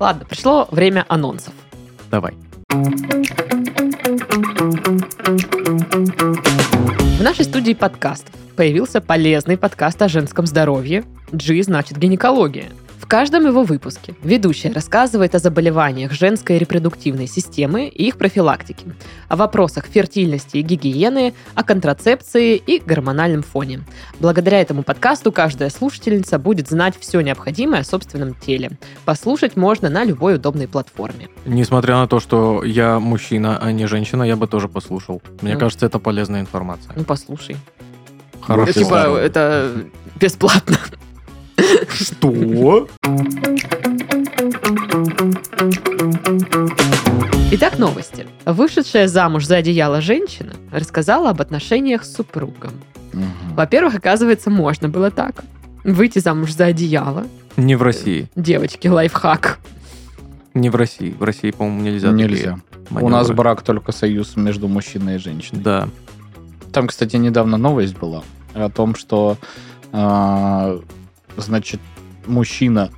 S1: Ладно, пришло время анонсов.
S2: Давай.
S1: В нашей студии подкастов появился полезный подкаст о женском здоровье. G значит гинекология. В каждом его выпуске ведущая рассказывает о заболеваниях женской репродуктивной системы и их профилактике, о вопросах фертильности и гигиены, о контрацепции и гормональном фоне. Благодаря этому подкасту каждая слушательница будет знать все необходимое о собственном теле. Послушать можно на любой удобной платформе.
S2: Несмотря на то, что я мужчина, а не женщина, я бы тоже послушал. Мне
S1: Ну.
S2: кажется, это полезная информация.
S1: Ну, послушай.
S2: Хорошее
S1: типа,
S2: здоровье.
S1: это бесплатно.
S2: Что?
S1: Итак, новости. Вышедшая замуж за одеяло женщина рассказала об отношениях с супругом. Во-первых, оказывается, можно было так. Выйти замуж за одеяло.
S2: Не в России.
S1: Девочки, лайфхак.
S2: Не в России. В России, по-моему, нельзя. такие
S3: Нельзя. У
S2: маневры.
S3: нас брак только союз между мужчиной и женщиной.
S2: Да.
S3: Там, кстати, недавно новость была о том, что, а, значит, мужчина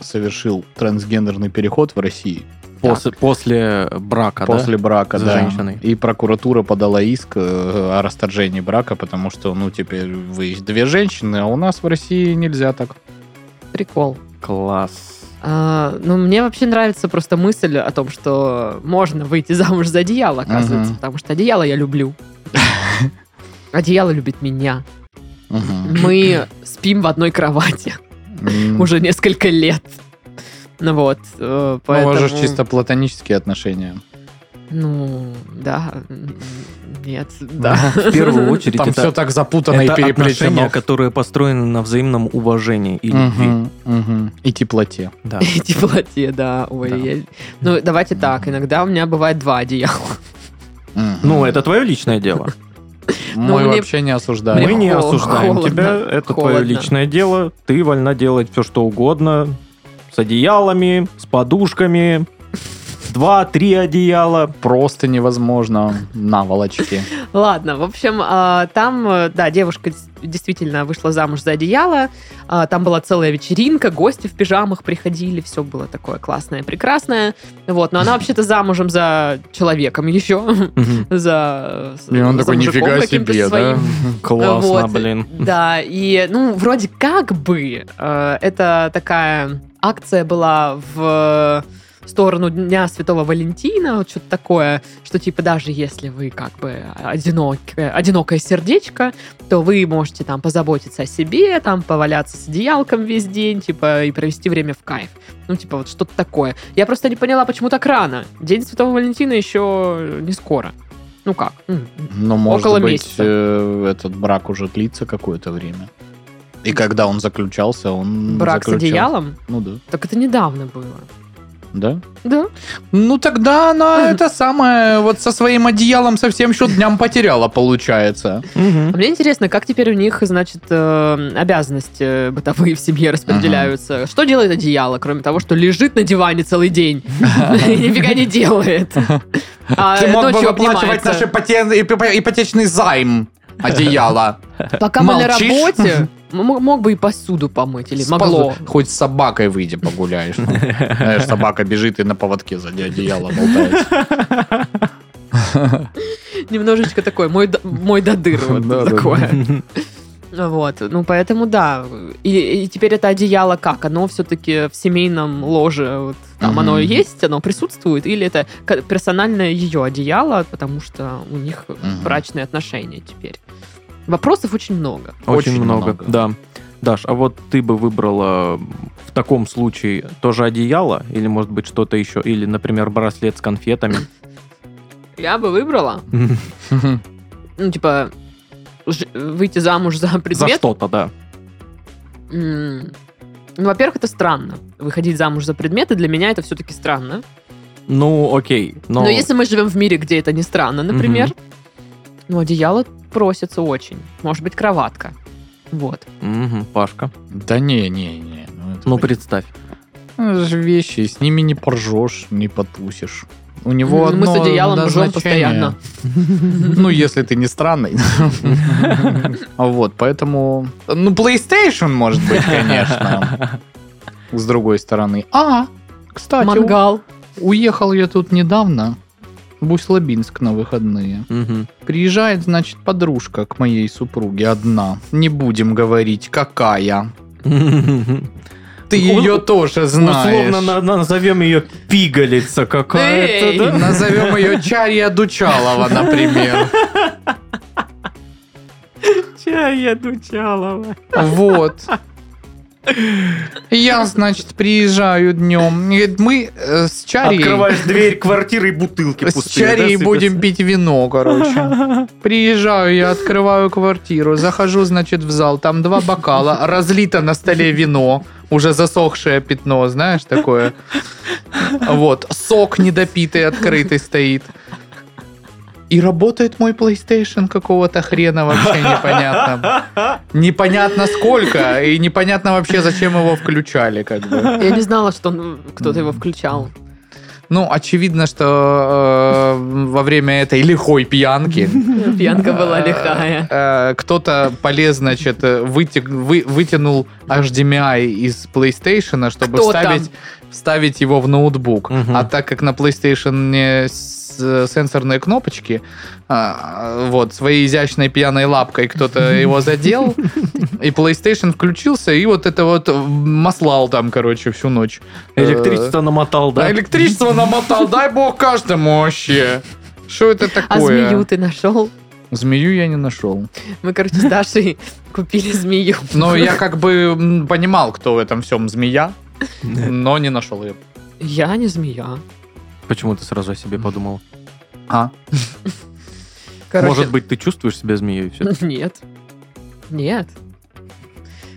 S3: совершил трансгендерный переход в России
S2: После, после брака,
S3: после брака,
S2: За
S3: да.
S2: женщиной.
S3: И прокуратура подала иск э, о расторжении брака, потому что, ну, теперь вы две женщины, а у нас в России нельзя так.
S1: Прикол.
S2: да? Класс.
S1: А, ну, мне вообще нравится просто мысль о том, что можно выйти замуж за одеяло, оказывается.
S3: Мгм.
S1: Потому что одеяло я люблю. Одеяло любит меня. Мы спим в одной кровати
S3: М.
S1: уже несколько лет. Ну вот, э,
S3: Ну,
S1: поэтому...
S3: У вас же чисто платонические отношения.
S1: Ну, да. м, Нет, да.
S2: В первую очередь,
S3: Там
S2: это,
S3: все так запутано
S2: это
S3: и переплетено.
S2: отношения, которые построены на взаимном уважении и любви.
S3: Мгм, мгм. И теплоте.
S1: <laughs>
S2: Да.
S1: И теплоте, да. Ой,
S2: Да.
S1: я- Ну, давайте так. Иногда у меня бывает два одеяла. <laughs>
S3: Мгм.
S2: Ну, это твое личное дело.
S1: Ну,
S3: мы
S1: мне-
S3: вообще не осуждаем.
S1: Мне
S2: Мы не
S1: хол-
S2: осуждаем
S1: холодно,
S2: тебя, это
S1: холодно.
S2: твое личное дело. Ты вольна делать все, что угодно. С одеялами, с подушками, два-три одеяла.
S3: Просто невозможно. Наволочки.
S1: Ладно, в общем, а, там, э, да, девушка дес- действительно вышла замуж за одеяло. А, Там была целая вечеринка, гости в пижамах приходили, все было такое классное, прекрасное. Вот,
S3: <laughs>
S1: но она вообще-то замужем за человеком еще, <laughs> за э, с-
S3: И он
S1: за
S3: такой,
S1: мужиком
S3: нифига
S1: каким-то
S3: себе, да?
S1: своим».
S2: Классно,
S1: Вот.
S2: блин.
S1: Да, и, ну, вроде как бы э, это такая акция была в сторону Дня Святого Валентина, вот что-то такое, что типа даже если вы как бы одинокое, одинокое сердечко, то вы можете там позаботиться о себе, там поваляться с одеялком весь день, типа, и провести время в кайф. Ну, типа, вот что-то такое. Я просто не поняла, почему так рано. День Святого Валентина еще не скоро. Ну как? М.
S3: Но, может
S1: Около
S3: быть,
S1: месяца.
S3: э, этот брак уже длится какое-то время. И когда он заключался, он
S1: Брак с
S3: заключался-
S1: одеялом?
S3: Ну да.
S1: Так это недавно было.
S3: Да?
S1: Да.
S3: Ну тогда она <laughs> это самое, вот со своим одеялом совсем еще дням потеряла, получается.
S1: А Мне интересно, как теперь у них, значит, э, обязанности э, бытовые в семье распределяются. Что делает одеяло, кроме того, что лежит на диване целый
S3: <laughs>
S1: день и нифига не делает? А ночью обнимается.
S3: поте- ипо- ипотечный займ одеяла.
S1: Пока мы на
S3: Молчишь?
S1: работе, м- мог бы и посуду помыть <laughs> или
S3: С
S1: могло.
S3: позу- Хоть с собакой выйди
S1: <laughs>
S3: погуляешь. ну. Знаешь, собака бежит и на поводке сзади одеяло <laughs> болтается.
S1: Немножечко такой, мой д- мой додыр,
S3: Да,
S1: вот
S3: да,
S1: такое. Вот, ну поэтому да. И, и теперь это одеяло как? Оно все-таки в семейном ложе, вот, там
S3: Мгм.
S1: оно есть, оно присутствует, или это к- персональное ее одеяло, потому что у них
S3: Мгм.
S1: брачные отношения теперь. Вопросов очень много.
S2: Очень
S3: Очень
S2: много,
S3: много.
S2: да. Даш, а вот ты бы выбрала в таком случае тоже одеяло или, может быть, что-то еще? Или, например, браслет с конфетами?
S1: Я бы выбрала, ну типа ж- выйти замуж за
S2: За
S1: предмет.
S2: что-то, да.
S1: М, Ну, во-первых, это странно. Выходить замуж за предметы для меня это все-таки странно.
S2: Ну, окей.
S1: Но...
S2: Но
S1: если мы живем в мире, где это не странно, например, ну, одеяло просится очень. Может быть, кроватка. Вот.
S2: Мгм, Пашка,
S3: Да не, не, не. ну это
S2: ну
S3: понятно.
S2: представь.
S3: Ну, Это же вещи, с ними не поржешь, не потусишь. У него
S1: Ну, Мы с
S3: одно
S1: одеялом ржем
S3: назначение.
S1: постоянно.
S3: <laughs> Ну, если ты не странный.
S1: <laughs>
S3: А Вот, поэтому... Ну, PlayStation, может быть, конечно. С другой стороны. А, кстати, у-
S1: Мангал.
S3: уехал я тут недавно. в Буслабинск на выходные.
S2: Мгм. <laughs>
S3: Приезжает, значит, подружка к моей супруге одна. Не будем говорить, какая. Ты
S2: Ну,
S3: ее тоже знаешь.
S2: Условно на- на- назовем ее пигалица
S1: Эй!
S2: какая-то, да? <laughs>
S3: Назовем ее Чарья Дучалова, например.
S2: Чая Дучалова.
S3: Вот. Я, значит, приезжаю днем. Говорит, мы э, с Чарьей...
S2: Открываешь дверь квартиры и бутылки
S3: С
S2: пустые, да,
S3: Чарьей
S2: сыпятся?
S3: будем пить вино, короче. Приезжаю, я открываю квартиру, захожу, значит, в зал, там два бокала, разлито на столе вино, уже засохшее пятно, знаешь, такое. Вот, сок недопитый, открытый стоит. И работает мой PlayStation какого-то хрена вообще непонятно. Непонятно сколько, и непонятно вообще, зачем его включали, как бы.
S1: Я не знала, что он- кто-то его включал.
S3: Ну, очевидно, что э, во время этой лихой пьянки
S1: Пьянка была
S3: э,
S1: лихая.
S3: э, кто-то полез, значит, э, вытя- вы- вытянул HDMI из PlayStation, чтобы
S1: Кто
S3: вставить,
S1: там?
S3: вставить его в ноутбук.
S2: Мгм.
S3: А так как на PlayStation не с- э, сенсорные кнопочки, а, вот, своей изящной пьяной лапкой кто-то его задел, и PlayStation включился, и вот это вот маслал там, короче, всю ночь.
S2: Электричество намотал, да?
S3: А Электричество намотал, дай бог каждому вообще. Что это такое?
S1: А змею ты нашел?
S3: Змею я не нашел.
S1: Мы, короче, с Дашей <laughs> купили змею.
S3: Но Ну, я как бы м, понимал, кто в этом всем змея, но не нашел ее.
S1: Я не змея.
S2: Почему ты сразу о себе подумал?
S3: А?
S1: Короче,
S2: Может быть, ты чувствуешь
S1: <laughs>
S2: себя змеей все
S1: Нет. Нет.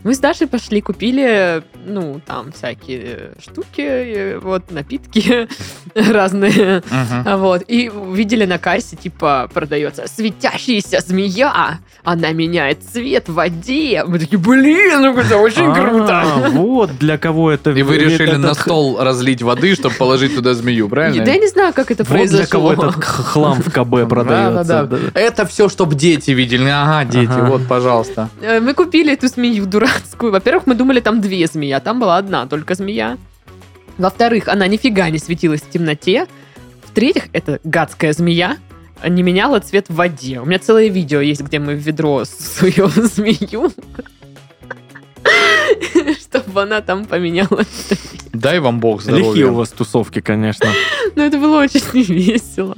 S1: Мы с Дашей пошли, купили ну, там всякие штуки, э, вот, напитки <laughs> разные. А Вот. И увидели на кассе, типа, продается светящаяся змея. Она меняет цвет в воде. Мы такие, блин, ну это очень
S2: А,
S1: круто.
S2: <laughs> Вот для кого это...
S3: И вы
S2: это-
S3: решили
S2: <laughs>
S3: на
S2: этот-
S3: стол разлить воды, чтобы положить туда змею, правильно?
S1: Да я не знаю, как это
S2: Вот для кого
S1: произошло.
S2: этот х- хлам в КБ
S3: Да,
S2: продается.
S3: да, да.
S2: Да.
S3: Это все, чтобы дети видели. Ага, дети,
S2: Ага.
S3: вот, пожалуйста.
S1: Э, Мы купили эту змею дурацкую. Во-первых, мы думали, там две змеи, а там была одна только змея. Во-вторых, она нифига не светилась в темноте. В-третьих, это гадская змея а не меняла цвет в воде. У меня целое видео есть, где мы в ведро <laughs> суем змею, <laughs> чтобы она там поменяла.
S3: Дай вам бог
S2: Лихие у
S3: здоровья.
S2: вас тусовки, конечно.
S1: Но это было очень <laughs> невесело.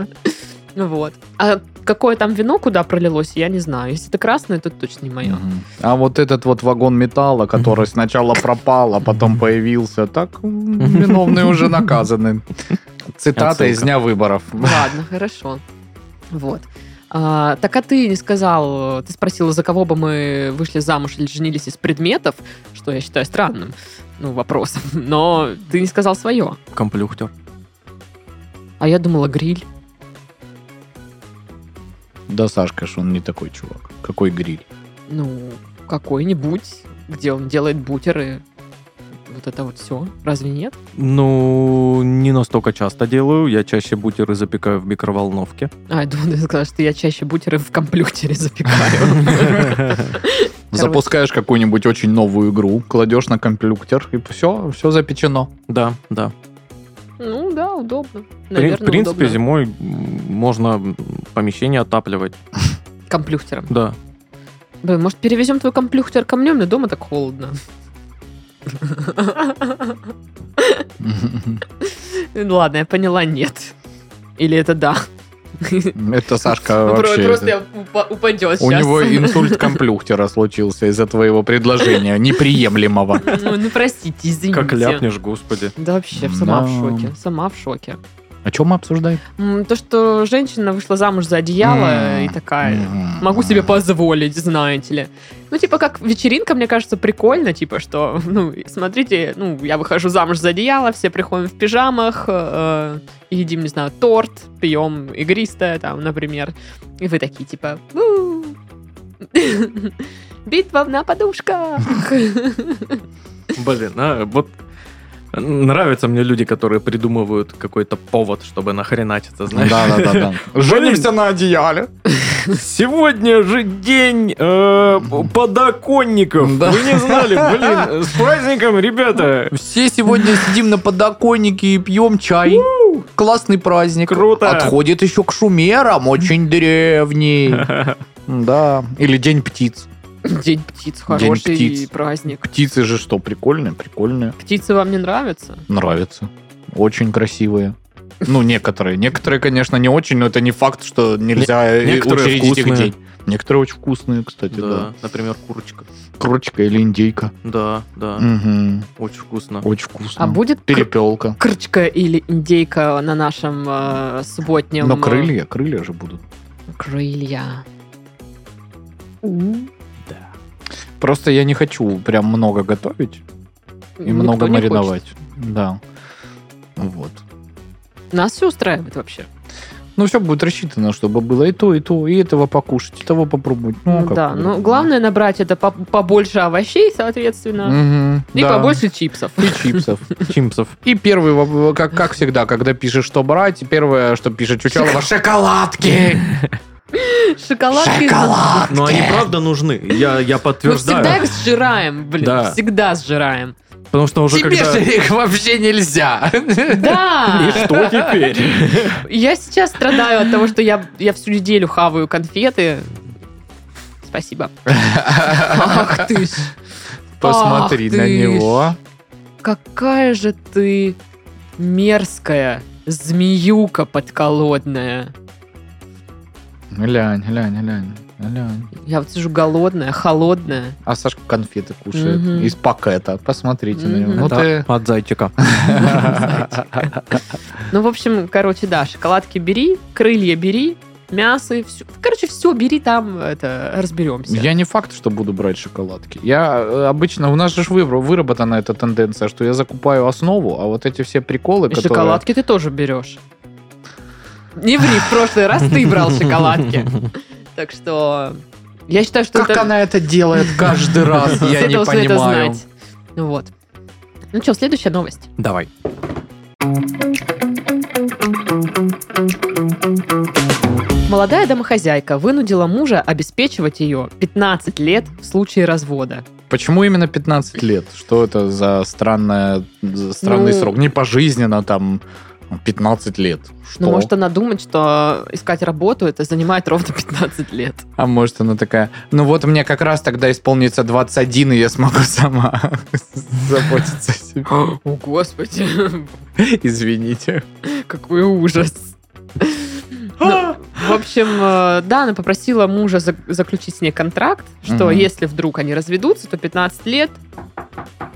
S1: Вот. А какое там вино куда пролилось, я не знаю. Если это красное, то это точно не мое.
S3: Мгм. А вот этот вот вагон металла, который сначала пропал, а потом появился, так м, виновные уже наказаны. Цитата из
S2: Отсылка.
S3: дня выборов.
S2: <laughs>
S1: Ладно, хорошо. Вот. А, так а ты не сказал, ты спросила, за кого бы мы вышли замуж или женились из предметов, что я считаю странным, ну, вопросом, <laughs> но ты не сказал свое.
S2: Комплюхтер.
S1: А я думала, гриль.
S3: Да, Сашка, ж он не такой чувак. Какой гриль?
S1: Ну, какой-нибудь, где он делает бутеры. Вот это вот все. Разве нет?
S2: Ну, не настолько часто делаю. Я чаще бутеры запекаю в микроволновке.
S1: А, я думала, <laughs> ты сказала, что я чаще бутеры в компьютере <laughs> запекаю.
S2: <laughs>
S3: Запускаешь какую-нибудь очень новую игру, кладешь на компьютер, и все, все запечено. <laughs>
S2: Да, да.
S1: Ну да, удобно.
S2: При- В
S1: Наверное,
S2: принципе,
S1: удобно.
S2: зимой м, можно м, помещение отапливать.
S1: Компьютером.
S2: Да.
S1: Блин, может, перевезем твой компьютер ко мне? У меня дома так холодно. Ну, Ладно, я поняла, нет. Или это да.
S3: Это Сашка
S1: Ну, про-
S3: А вообще...
S1: Просто я упа- упадет
S3: У
S1: щас. <laughs>
S3: него инсульт компьютера случился из-за твоего предложения, неприемлемого.
S1: Ну, ну, простите, извините.
S2: Как ляпнешь, господи.
S1: Да вообще, сама в
S3: Да.
S1: шоке. Сама в шоке.
S3: О чем мы обсуждаем?
S1: М, То, что женщина вышла замуж за одеяло
S3: М.
S1: и такая... Могу себе позволить, знаете ли. Ну, типа, как вечеринка, мне кажется, прикольно, типа, что, <laughs> ну, смотрите, ну, я выхожу замуж за одеяло, все приходим в пижамах, э, едим, не знаю, торт, пьем игристое, там, например. И вы такие, типа, «У-у-у». <laughs> битва на подушках. <laughs>
S2: Блин, а вот нравятся мне люди, которые придумывают какой-то повод, чтобы нахреначиться,
S1: <laughs>
S2: знаешь.
S3: Да-да-да. Женимся на одеяле.
S2: <laughs> Сегодня же день э, подоконников.
S3: Да.
S2: Вы не знали, блин.
S3: <laughs>
S2: С праздником, ребята.
S3: Все сегодня сидим на подоконнике и пьем чай. Классный праздник.
S2: Круто.
S3: Отходит еще к шумерам,
S1: <laughs>
S3: очень древний. Да. Или День птиц.
S1: День птиц,
S3: День
S1: хороший
S3: птиц.
S1: праздник.
S3: Птицы же что, прикольные? Прикольные.
S1: Птицы вам не нравятся?
S3: Нравятся. Очень красивые. Ну, некоторые. Некоторые, конечно, не очень, но это не факт, что нельзя э,
S2: некоторые
S3: учредить их
S2: вкусные.
S3: день. Некоторые очень вкусные, кстати, да.
S2: например, курочка.
S3: Крочка или индейка.
S2: Да, да,
S3: Мгм.
S2: очень вкусно.
S3: Очень вкусно.
S1: А будет кр-
S3: Перепелка.
S1: крычка или индейка на нашем э, субботнем...
S3: Но
S1: э,
S3: крылья, крылья же будут.
S1: Крылья.
S3: Просто я не хочу прям много готовить и
S1: Никто
S3: много
S1: не
S3: мариновать. Да. Вот.
S1: хочет. Нас все устраивает вообще.
S3: Ну, все будет рассчитано, чтобы было и то, и то, и этого покушать, и того попробовать. Ну,
S1: Ну
S3: как
S1: да,
S3: бы.
S1: ну главное набрать это по- побольше овощей, соответственно,
S3: Мгм,
S1: и
S3: да.
S1: побольше чипсов.
S3: И чипсов.
S2: Чимпсов.
S3: И первый, воп- как, как всегда, когда пишешь, что брать, первое, что пишет Чучалова, шоколадки!
S1: <laughs> Шоколадки.
S3: Шоколадки!
S2: Но они правда нужны. Я, я
S1: Мы всегда
S2: подтверждаю.
S1: их сжираем, блин,
S2: Да.
S1: всегда
S3: <laughs>
S1: сжираем.
S2: Потому что уже
S3: Тебе
S2: когда...
S3: же их вообще нельзя!
S2: И
S1: Да!
S2: что теперь?
S1: Я сейчас страдаю от того, что я, я всю неделю хаваю конфеты.
S3: <laughs>
S1: Спасибо. Ах ты ж,
S3: <laughs> Посмотри
S1: Ах
S3: на
S1: ты ж.
S3: него.
S1: какая же ты мерзкая змеюка подколодная.
S3: Глянь, глянь, глянь, глянь.
S1: Я вот сижу голодная, холодная.
S3: А Сашка конфеты кушает
S1: Мгм.
S3: из пакета. Посмотрите на него.
S1: Мгм.
S3: Ну
S2: Да,
S3: ты...
S2: От зайчика.
S1: Ну, в общем, короче, да, шоколадки бери, крылья бери, мясо. И всё. Короче, все, бери там, это, разберемся.
S3: Я не факт, что буду брать шоколадки. Я э, обычно, у нас же ж выбор- выработана эта тенденция, что я закупаю основу, а вот эти все приколы,
S1: И
S3: которые...
S1: шоколадки ты тоже берешь. Не ври, в прошлый раз ты брал шоколадки. Так что я считаю, что
S3: Как
S1: это-
S3: она это делает каждый раз, я
S1: все
S3: не
S1: должны это
S3: понимаю.
S1: знать. Ну вот. Ну что, следующая новость.
S2: Давай.
S1: Молодая домохозяйка вынудила мужа обеспечивать ее 15 лет в случае развода.
S3: Почему именно 15 лет? Что это за странная, за странный
S1: Ну-
S3: срок? Не пожизненно, там, 15 лет. Что?
S1: Ну, может, она думает, что искать работу это занимает ровно 15 лет. <gasps>
S3: А может, она такая, ну вот мне как раз тогда исполнится 21, и я смогу <laughs> сама заботиться о себе.
S1: О, господи, <laughs>
S3: Извините.
S1: какой ужас. Ну, в общем, э, да, она попросила мужа за- заключить с ней контракт, что
S3: Мгм.
S1: если вдруг они разведутся, то 15 лет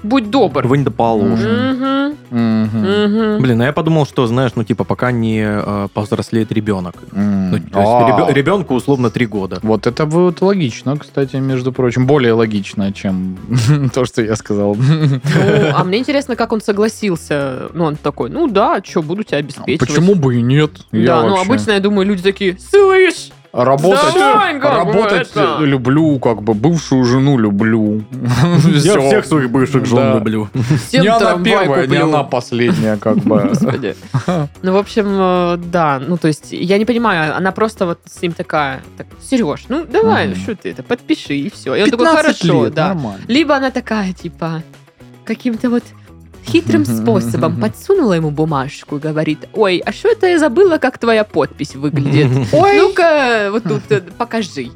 S1: будь добр.
S2: Рвань да положь.
S1: Мгм,
S3: Мгм.
S1: мгм.
S2: Блин, а я подумал, что, знаешь, ну типа пока не э, повзрослеет ребенок.
S3: М.
S2: Ну, то есть
S3: А.
S2: ребё- ребенку условно три года.
S3: Вот это вот логично, кстати, между прочим. Более логично, чем <laughs> то, что я сказал.
S1: Ну, а мне интересно, как он согласился. Ну, он такой, ну да, что, буду тебя обеспечивать.
S3: А Почему бы и нет? Я
S1: Да, ну
S3: вообще
S1: обычно, я думаю, люди такие, слышь,
S3: Работать,
S1: Давай, как бы,
S3: работать
S1: это.
S3: люблю, как бы бывшую жену люблю.
S2: Я
S3: Всё.
S2: всех своих бывших жен <laughs>
S3: Да.
S2: люблю.
S1: всем
S3: не она
S1: трамвай
S3: первая, не
S1: куплю».
S3: она последняя, как бы.
S1: Господи. Ну, в общем, э, да, ну, то есть, я не понимаю, она просто вот с ним такая, так, Сереж, ну, давай,
S3: Мгм.
S1: что ты это, подпиши, и все. И он такой, хорошо, да. Либо она такая, типа, каким-то вот хитрым способом подсунула ему бумажку и говорит, ой, а что это я забыла, как твоя подпись выглядит? Ой, ну-ка, вот тут э, покажи.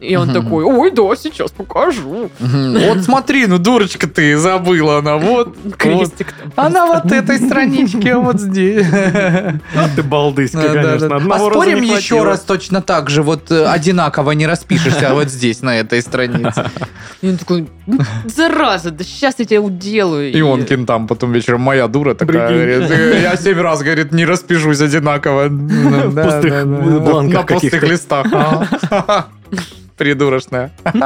S1: И он
S3: Мгм.
S1: такой, ой, да, сейчас покажу.
S3: Вот смотри, ну дурочка ты, забыла она, вот.
S1: Крестик там.
S3: Она вот этой страничке а вот здесь.
S2: Ну, а Ты балдысь,
S3: Да, да,
S2: конечно.
S3: да.
S2: Одного раза
S3: Поспорим
S2: не
S3: еще
S2: хватило.
S3: раз точно так же, вот э, одинаково не распишешься а вот здесь, на этой странице.
S1: И он такой, «Ну, зараза, да сейчас я тебя уделаю.
S3: И он там потом вечером, моя дура такая,
S2: Прикинь.
S3: говорит, «Э, я семь раз, говорит, не
S2: <laughs>
S3: распишусь одинаково. Ну, да,
S2: пустых
S3: да, да.
S2: бланках
S3: На пустых
S2: каких-то.
S3: листах.
S2: <laughs>
S3: <laughs> А. Придурочная. <laughs>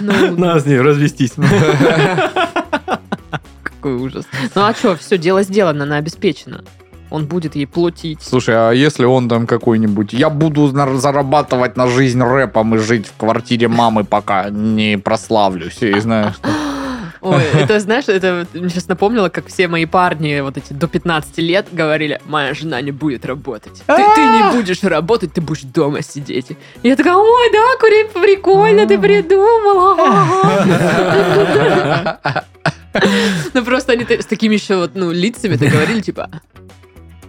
S1: Ну,
S2: Надо с ней развестись.
S1: какой ужас. Ну а что, все, дело сделано, она обеспечена. Он будет ей платить. <gasps>
S3: Слушай, а если он там какой-нибудь... Я буду на- зарабатывать на жизнь рэпом и жить в квартире мамы, пока не прославлюсь. И знаешь...
S1: Ой, это, знаешь, это вот мне сейчас напомнило, как все мои парни вот эти до 15 лет говорили, моя жена не будет работать. Ты, ты не будешь работать, ты будешь дома сидеть. И я такая, ой, да, кури, прикольно, ты придумала.
S3: <laughs>
S1: Ну просто они т- с такими еще вот, ну, лицами то говорили, типа,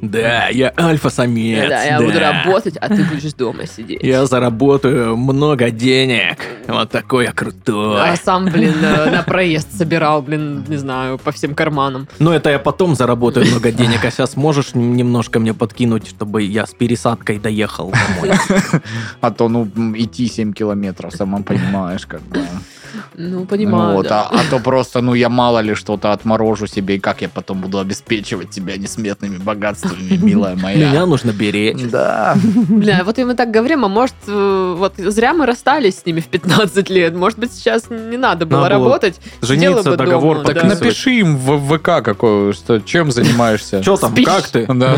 S2: Да, я альфа-самец.
S1: да, я буду работать, а ты будешь дома сидеть. А
S2: Я заработаю много денег. Вот такой я
S1: А
S2: крутой.
S1: сам, блин, э, на проезд собирал, блин, не знаю, по всем карманам.
S2: Но это я потом заработаю много денег, а сейчас можешь н- немножко мне подкинуть, чтобы я с пересадкой доехал домой?
S3: А то, ну, м, идти 7 километров, сама понимаешь, как бы.
S1: Ну, понимаю,
S3: Ну вот,
S1: да.
S3: а, а то просто, ну, я мало ли что-то отморожу себе, и как я потом буду обеспечивать тебя несметными <laughs> богатствами, милая моя.
S2: Меня нужно беречь.
S3: Да.
S1: Бля, вот и мы так говорим, а может, э, вот зря мы расстались с ними в 15 лет. Может быть, сейчас не надо было
S2: Надо было
S1: работать. Сидела
S2: Жениться,
S1: бы
S2: договор
S1: дома, да.
S3: Так
S2: подписывать.
S3: напиши им в ВК, какой, что, чем занимаешься.
S2: Че там,
S1: Спишь.
S2: как ты?
S3: Да.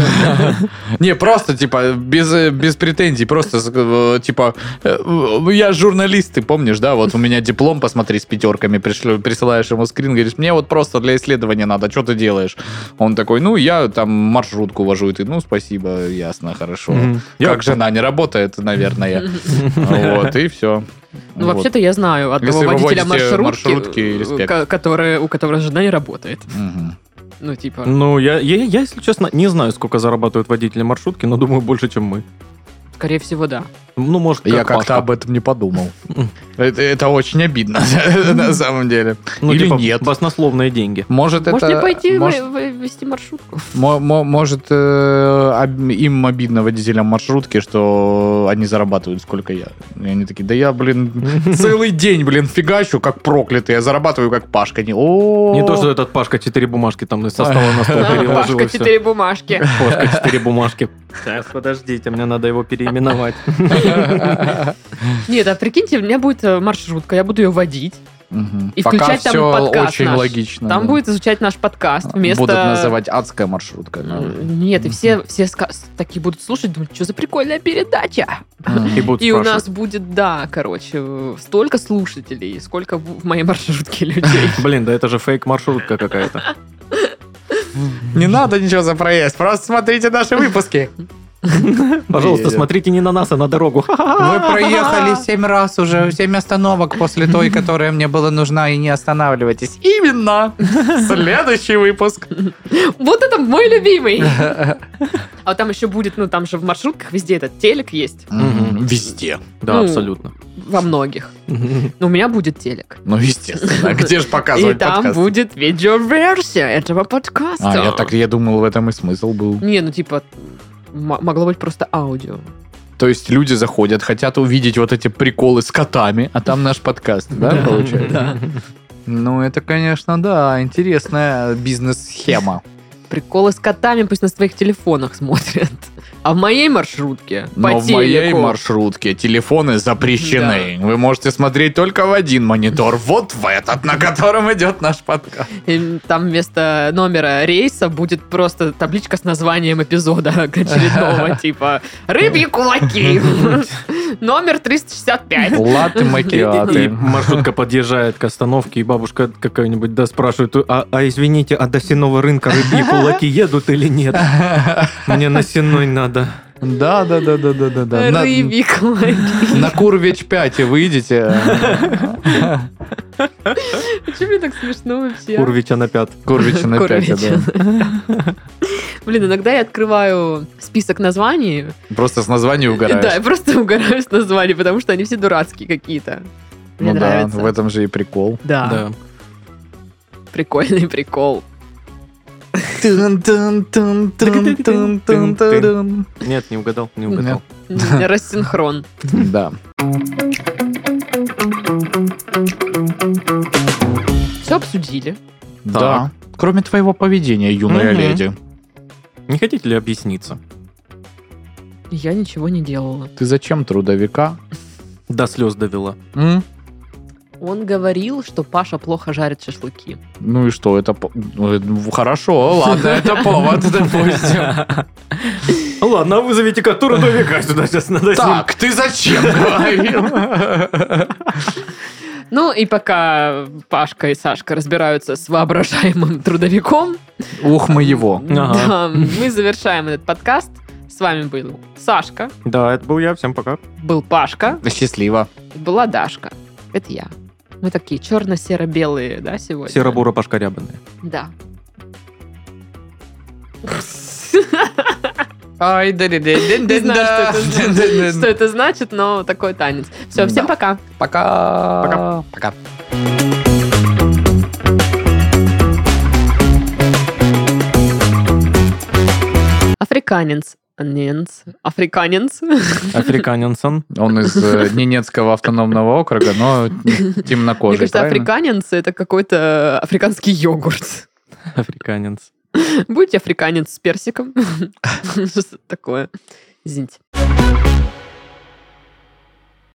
S3: Не, просто, типа, без, э, без претензий, просто, э, типа, э, я журналист, ты помнишь, да, вот у меня диплом, посмотри, с пятерками, пришлю- присылаешь ему скрин, говоришь, мне вот просто для исследования надо, что ты делаешь? Он такой, ну, я там маршрутку вожу, и ты, ну, спасибо, ясно, хорошо.
S2: Мгм. Я-
S3: Как жена не работает, наверное. Вот, и все.
S1: Ну, вообще-то я знаю одного
S3: Если вы
S1: водителя маршрутки,
S3: водите
S1: э,
S3: маршрутки, респект.
S1: ко- который- у которого жена не работает. Ну, типа...
S2: Ну, я, я, я, если честно, не знаю, сколько зарабатывают водители маршрутки, но думаю, больше, чем мы.
S1: Скорее всего, да.
S2: Ну, может, как
S3: Я как-то
S2: Пашка.
S3: об этом не подумал. Это, это очень обидно, <laughs> на самом деле.
S2: Ну,
S3: Или
S2: типа,
S3: нет.
S2: баснословные деньги.
S3: Может, это...
S1: Может, мне пойти
S3: может-
S1: вы- вы- вести маршрутку?
S3: Мо- мо- Может, э, об- им обидно водителям маршрутки, что они зарабатывают сколько я. И они такие, да я, блин, целый день, блин, фигачу, как проклятый, я зарабатываю как Пашка. Не, о
S2: Не то, что этот Пашка четыре бумажки там со стола на стол переложил. и
S1: <laughs> Пашка,
S2: всё.
S1: четыре бумажки.
S2: Пашка четыре бумажки. Сейчас, подождите, мне надо его переименовать.
S1: Нет, а прикиньте, у меня будет э, маршрутка, я буду ее водить.
S3: Мгм.
S1: И
S3: Пока
S1: включать там
S3: все
S1: подкаст
S3: очень
S1: наш.
S3: логично.
S1: Там
S3: да.
S1: будет изучать наш подкаст вместо...
S3: А,
S1: Э,
S3: Будут называть ну, адская маршрутка. да.
S1: Нет, и все, все ска- такие будут слушать, думать, что за прикольная передача.
S3: Мгм.
S2: И будут
S1: И у
S2: спрашивать.
S1: нас будет, да, короче, э, столько слушателей, сколько в в моей маршрутке людей. <laughs>
S2: Блин, да это же фейк-маршрутка какая-то.
S3: Не надо ничего за проезд, просто смотрите наши выпуски.
S2: Пожалуйста,
S3: Нет.
S2: смотрите не на нас, а на дорогу. <laughs>
S3: Вы проехали семь раз уже, семь остановок после той, которая мне была нужна, и не останавливайтесь. Именно! Следующий выпуск.
S1: Вот это мой
S3: <laughs>
S1: любимый. А там еще будет, ну там же в маршрутках везде этот телек есть.
S2: Мгм.
S3: Везде.
S2: Да,
S1: Ну.
S2: абсолютно.
S1: Во многих. Но у меня будет телек.
S3: Ну, естественно. <laughs> Где же
S1: И
S3: показывать
S1: там
S3: подкаст?
S1: будет видеоверсия этого подкаста.
S3: А, я так я думал, в этом и смысл был.
S1: Не, ну типа, м- могло быть просто аудио.
S3: То есть люди заходят, хотят увидеть вот эти приколы с котами, а там наш подкаст, да,
S2: Да.
S3: получается?
S1: Да.
S3: Ну, это, конечно, да, интересная бизнес-схема.
S1: Приколы с котами пусть на своих телефонах смотрят. А в моей маршрутке
S3: Но
S1: по
S3: в моей
S1: телеку
S3: маршрутке телефоны запрещены. Вы можете смотреть только в один монитор, вот в этот, на котором идет наш подкаст.
S1: э, там вместо номера рейса будет просто табличка с названием эпизода <laughs>
S3: <laughs>
S1: очередного, типа «Рыбьи кулаки». Номер 365.
S3: Латы
S2: И
S3: макиаты.
S2: маршрутка подъезжает к остановке, и бабушка какая-нибудь да спрашивает, а, а извините, а до сенного рынка <laughs> рыбьи кулаки едут или нет? Мне на сеной надо.
S3: Да, да, да, да, да, да, да. На-
S1: Рыбьи кулаки.
S3: На Курвич 5 выйдете.
S1: Почему мне так смешно вообще?
S2: Курвича на пят.
S3: Курвич на 5,
S1: Курвич.
S3: да.
S1: Блин, иногда я открываю список названий.
S3: Просто с названия
S1: Да, я
S3: угораешь.
S1: просто <laughs> угораю с названий, потому что они все дурацкие какие-то. Мне
S3: Ну да,
S1: нравится.
S3: в этом же и прикол.
S1: Да,
S2: Да.
S1: прикольный
S3: <laughs>
S1: прикол.
S3: Да.
S2: Нет, не угадал, не угадал.
S1: М, Рассинхрон. Все обсудили.
S3: Да. Кроме твоего поведения, юная
S2: Мгм.
S3: леди.
S2: Не хотите ли объясниться?
S1: И Я ничего не делала.
S3: Ты зачем трудовика?
S2: До слез довела.
S3: М?
S1: Он говорил, что Паша плохо жарит шашлыки.
S3: Ну и что, это... по- ну, это- ну, Хорошо, ладно, это повод, допустим.
S2: Ладно, а вызовите которую довека сюда сейчас надо
S3: <laughs> Так, ты зачем говорил?
S1: Ну и пока Пашка и Сашка разбираются с воображаемым <laughs> трудовиком,
S3: <laughs> Ух, мы его.
S1: да, мы завершаем этот подкаст. С вами был Сашка,
S2: Да, это был я, всем пока.
S1: был Пашка,
S3: Счастливо.
S1: была Дашка. Это я. Мы такие черно-серо-белые, да, сегодня?
S2: Серобура пашкарябанная.
S1: Да.
S3: <laughs> Ай, да да
S1: Не знаю, что это значит, что
S3: да
S1: это значит, но такой танец. Все, всем
S3: Да.
S1: пока.
S3: Пока. Пока.
S1: Африканец. Ненц. Африканец.
S2: Африканинсон.
S3: Он из э, Ненецкого автономного округа,
S1: <laughs>
S3: но
S1: Мне
S3: темнокожий,
S1: кажется,
S3: правильно?
S1: африканец это какой-то африканский йогурт. <laughs>
S2: Африканинс.
S1: <laughs> Будете африканец с персиком? Что такое? Извините.